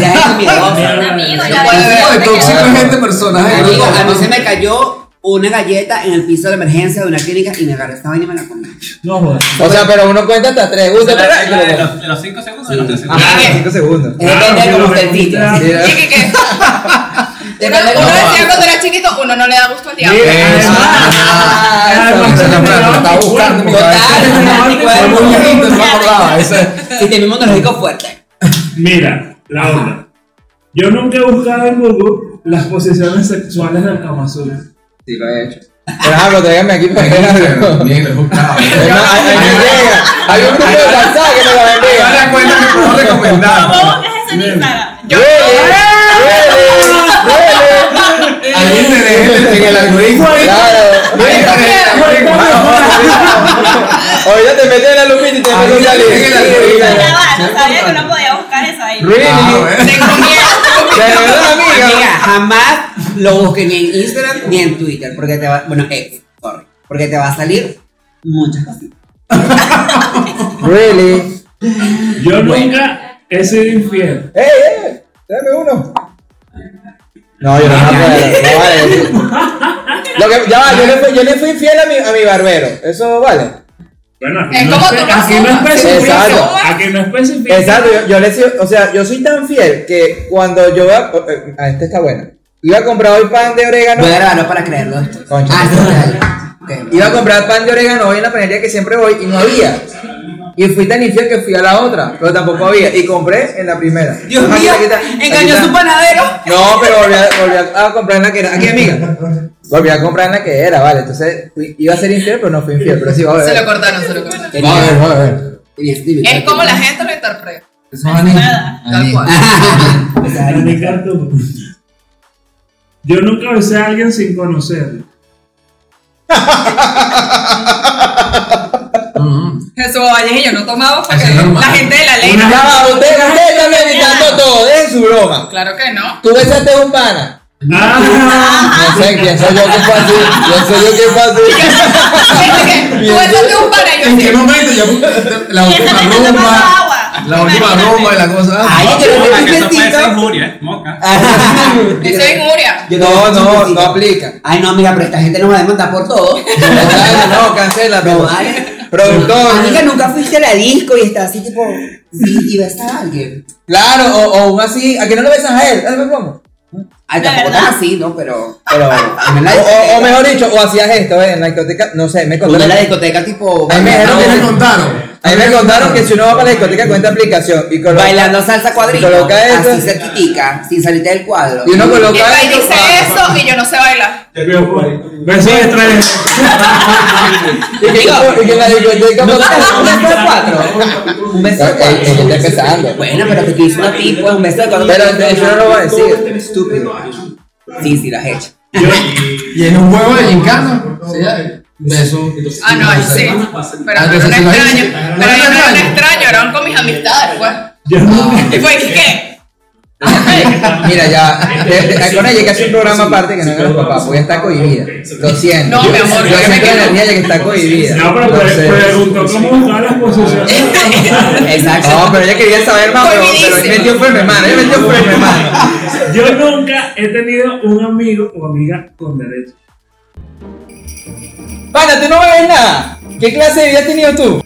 [SPEAKER 6] amigo,
[SPEAKER 4] No
[SPEAKER 6] ya
[SPEAKER 4] puede
[SPEAKER 6] ves.
[SPEAKER 4] ver.
[SPEAKER 1] No, de tóxico es gente personaje.
[SPEAKER 5] Amigo, a mí se me cayó una galleta en el piso de emergencia de una clínica y me agarré esta vaina y me la comí.
[SPEAKER 7] No jodas.
[SPEAKER 3] O sea, pero uno cuenta hasta tres.
[SPEAKER 2] O
[SPEAKER 3] Uno,
[SPEAKER 2] sea,
[SPEAKER 3] tres,
[SPEAKER 2] la regla de
[SPEAKER 3] tres.
[SPEAKER 2] los- de los 5 segundos o de los 3 segundos.
[SPEAKER 5] Ajá.
[SPEAKER 3] Cinco segundos.
[SPEAKER 5] Es depende de
[SPEAKER 7] si lo
[SPEAKER 5] cómo esté el sitio.
[SPEAKER 7] recomiendas.
[SPEAKER 4] Sí, que- que- Uno
[SPEAKER 5] Depende de
[SPEAKER 4] uno
[SPEAKER 5] cómo-
[SPEAKER 4] decía cuando era chiquito, uno no le da gusto al diablo.
[SPEAKER 1] Eso.
[SPEAKER 5] Ah,
[SPEAKER 1] Ah,
[SPEAKER 5] eso.
[SPEAKER 1] esa es la frase, la estaba buscando en mi
[SPEAKER 5] Total,
[SPEAKER 1] cabeza.
[SPEAKER 5] total, mi
[SPEAKER 1] Fue
[SPEAKER 5] cuerpo.
[SPEAKER 1] muy bonito, no me acordaba. Ese-
[SPEAKER 5] Si tiene un monológico fuerte.
[SPEAKER 7] Mira, la otra. Yo nunca he buscado en Google las posiciones sexuales del Kama Sutra.
[SPEAKER 3] Sí, lo
[SPEAKER 1] *laughs*
[SPEAKER 3] he hecho. Por ejemplo, tráigame aquí para que
[SPEAKER 1] Bien, bien, bien, buscado.
[SPEAKER 3] Es más, hay- hay que llega. Hay un grupo de WhatsApp que nos lo
[SPEAKER 1] Te
[SPEAKER 3] envía.
[SPEAKER 1] das cuenta que puedo recomendar.
[SPEAKER 6] ¿Cómo buscas eso en Instagram?
[SPEAKER 3] Duele, duele,
[SPEAKER 1] Ahí te dejes en el algoritmo. Ah,
[SPEAKER 3] Claro.
[SPEAKER 1] Ahí te dejes en el algoritmo.
[SPEAKER 3] O ya te metí en la lupita y te
[SPEAKER 1] Ahí
[SPEAKER 3] empezó a
[SPEAKER 1] te dejes en el
[SPEAKER 3] salir.
[SPEAKER 1] algoritmo.
[SPEAKER 6] Ya va, no sabía que no podía buscar eso ahí.
[SPEAKER 1] Ah,
[SPEAKER 3] Really.
[SPEAKER 1] bueno.
[SPEAKER 4] Tengo miedo.
[SPEAKER 3] De verdad,
[SPEAKER 5] Amiga,
[SPEAKER 3] amiga.
[SPEAKER 5] jamás lo busquen ni en Instagram ni en Twitter. Porque te va. Bueno, ex, sorry. Porque te va a salir muchas cosas.
[SPEAKER 3] Really.
[SPEAKER 7] Yo nunca he sido infiel.
[SPEAKER 3] ¡Ey, ey! ¡Dame Eh, uno! No, yo no me acuerdo. No vale. Lo que, ya va, yo le, fui, yo le fui fiel a mi, a mi barbero. Eso vale.
[SPEAKER 7] Bueno, aquí
[SPEAKER 4] Es
[SPEAKER 7] no,
[SPEAKER 4] como
[SPEAKER 7] espe-
[SPEAKER 4] tú no
[SPEAKER 7] aquí no
[SPEAKER 4] asumas.
[SPEAKER 7] especifica.
[SPEAKER 3] Exacto.
[SPEAKER 7] Aquí no especifica.
[SPEAKER 3] Exacto, yo, yo le sigo, o sea, yo soy tan fiel que cuando yo voy a, eh, ah, esta está buena. Iba a comprar hoy pan de orégano.
[SPEAKER 5] Voy a grabarlo para creerlo. esto.
[SPEAKER 3] Concha.
[SPEAKER 5] Ah, esto es real. Ok.
[SPEAKER 3] Iba a comprar pan de orégano hoy en la panería que siempre voy y no había. Y fui tan infiel que fui a la otra, pero tampoco había. Y compré en la primera.
[SPEAKER 5] Dios
[SPEAKER 3] Aquí
[SPEAKER 5] mío,
[SPEAKER 3] está, aquí está, aquí
[SPEAKER 5] engañó a
[SPEAKER 3] está.
[SPEAKER 5] su panadero.
[SPEAKER 3] No, pero volví a, volví a- a comprar en la que era. Aquí, amiga. Volví a comprar en la que era, vale. Entonces fui- iba a ser infiel, pero no fui infiel. Pero sí, va a
[SPEAKER 4] Se lo
[SPEAKER 3] ver.
[SPEAKER 4] cortaron, se lo cortaron.
[SPEAKER 5] Tenía-
[SPEAKER 3] va a ver.
[SPEAKER 5] tenía este video.
[SPEAKER 4] Es como la gente lo interpreta.
[SPEAKER 6] Nada.
[SPEAKER 4] Tal cual.
[SPEAKER 7] Para indicar tú. Yo nunca besé a alguien sin conocerlo.
[SPEAKER 4] Jesús Valles y yo no tomamos porque
[SPEAKER 1] Eso es normal.
[SPEAKER 4] la gente de la ley.
[SPEAKER 3] Ya va, usted, usted está meditando todo, es su broma.
[SPEAKER 4] Claro que no.
[SPEAKER 3] Tú besaste a un pana.
[SPEAKER 7] Ah,
[SPEAKER 3] *laughs* No sé, pienso yo que fue así. Pienso yo que fue
[SPEAKER 5] *laughs*
[SPEAKER 3] así.
[SPEAKER 4] Fíjate que tú besaste Pues un pana y
[SPEAKER 1] *laughs*
[SPEAKER 4] yo
[SPEAKER 1] ¿En
[SPEAKER 4] sí.
[SPEAKER 1] qué momento? Ya, la
[SPEAKER 6] Y
[SPEAKER 1] última
[SPEAKER 6] esa gente tomando
[SPEAKER 1] rumba.
[SPEAKER 6] agua.
[SPEAKER 1] La última
[SPEAKER 6] Imagínate.
[SPEAKER 1] rumba y la cosa.
[SPEAKER 5] Ay,
[SPEAKER 2] Ojo,
[SPEAKER 5] que lo
[SPEAKER 2] ojo,
[SPEAKER 5] que
[SPEAKER 2] que eso puede
[SPEAKER 5] necesito.
[SPEAKER 2] ser injuria, ¿eh? Moca.
[SPEAKER 4] Eso es injuria.
[SPEAKER 5] Yo
[SPEAKER 3] No,
[SPEAKER 5] tengo un
[SPEAKER 3] no,
[SPEAKER 5] chiquitito.
[SPEAKER 3] no aplica.
[SPEAKER 5] Ay, no, amiga, pero esta gente nos va a demandar por todo.
[SPEAKER 3] Cancela, no, Ah, cancela.
[SPEAKER 5] No
[SPEAKER 3] pero-
[SPEAKER 5] vale. Amiga,
[SPEAKER 3] Productor.
[SPEAKER 5] nunca fuiste a la disco y estás así, tipo, sí, y ves a alguien.
[SPEAKER 3] Claro, o, o un así. ¿A que no lo besas a él? pues, Dame plomo.
[SPEAKER 5] Ay,
[SPEAKER 6] ¿De
[SPEAKER 5] tampoco
[SPEAKER 6] verdad?
[SPEAKER 5] tan así, ¿no? Pero.
[SPEAKER 3] Pero, eh,
[SPEAKER 5] en la
[SPEAKER 3] o, o- o
[SPEAKER 5] discoteca.
[SPEAKER 3] mejor dicho, o hacías esto, ¿eh? En la discoteca, no sé, me
[SPEAKER 5] Cuando
[SPEAKER 3] contaron.
[SPEAKER 5] en la discoteca, tipo.
[SPEAKER 3] Ay, me
[SPEAKER 5] bailando-
[SPEAKER 1] ¿Qué me contaron?
[SPEAKER 3] A mí me contaron que si uno va para la discoteca con esta aplicación y coloca,
[SPEAKER 5] Bailando salsa cuadrilla.
[SPEAKER 3] Coloca esto.
[SPEAKER 5] Así cerquitica, sin salirte del cuadro.
[SPEAKER 3] y uno
[SPEAKER 4] Y el
[SPEAKER 3] coloca
[SPEAKER 4] país
[SPEAKER 3] esto,
[SPEAKER 4] dice eso y yo no sé bailar.
[SPEAKER 7] beso de tres.
[SPEAKER 3] y que, y que en la discoteca
[SPEAKER 5] ¿No te das un
[SPEAKER 3] Ah,
[SPEAKER 5] beso de cuatro? Un beso de
[SPEAKER 3] eh, eh, está
[SPEAKER 5] cuatro.
[SPEAKER 3] empezando.
[SPEAKER 5] Bueno, pero te quiso una tipo, un beso de cuatro.
[SPEAKER 3] Pero eh, yo no lo voy a decir.
[SPEAKER 5] Estúpido. Sí, sí, las he hecho.
[SPEAKER 1] Y en un juego de gincana. Sí, hay. Beso.
[SPEAKER 4] Ah, no, ahí sí. Pero
[SPEAKER 1] Ah,
[SPEAKER 4] no era
[SPEAKER 1] entonces
[SPEAKER 4] un
[SPEAKER 1] sí lo hice.
[SPEAKER 4] extraño.
[SPEAKER 1] ¿No
[SPEAKER 4] Pero yo
[SPEAKER 1] era
[SPEAKER 4] no era un
[SPEAKER 1] extraño? *laughs*
[SPEAKER 4] extraño, eran con mis amistades, pues.
[SPEAKER 7] Yo nunca.
[SPEAKER 4] Y fue, ¿y ¿qué?
[SPEAKER 3] Mira, ya, de- de- con ella hay que hacer un programa aparte que no haga los papás, porque está cohibida. Lo siento.
[SPEAKER 4] No, mi amor,
[SPEAKER 3] Yo
[SPEAKER 4] yo me
[SPEAKER 3] siento la
[SPEAKER 4] quedo.
[SPEAKER 3] energía ya que está cohibida.
[SPEAKER 9] No, pero pre-
[SPEAKER 3] Entonces-
[SPEAKER 9] preguntó cómo buscar las posiciones.
[SPEAKER 5] Exacto.
[SPEAKER 3] No, pero ella quería saber más, pero, pero él metió firme mano, él metió firme mano.
[SPEAKER 7] Yo nunca he tenido un amigo o amiga con derecho.
[SPEAKER 3] Pana, tú no ves nada. ¿Qué clase de vida has tenido tú?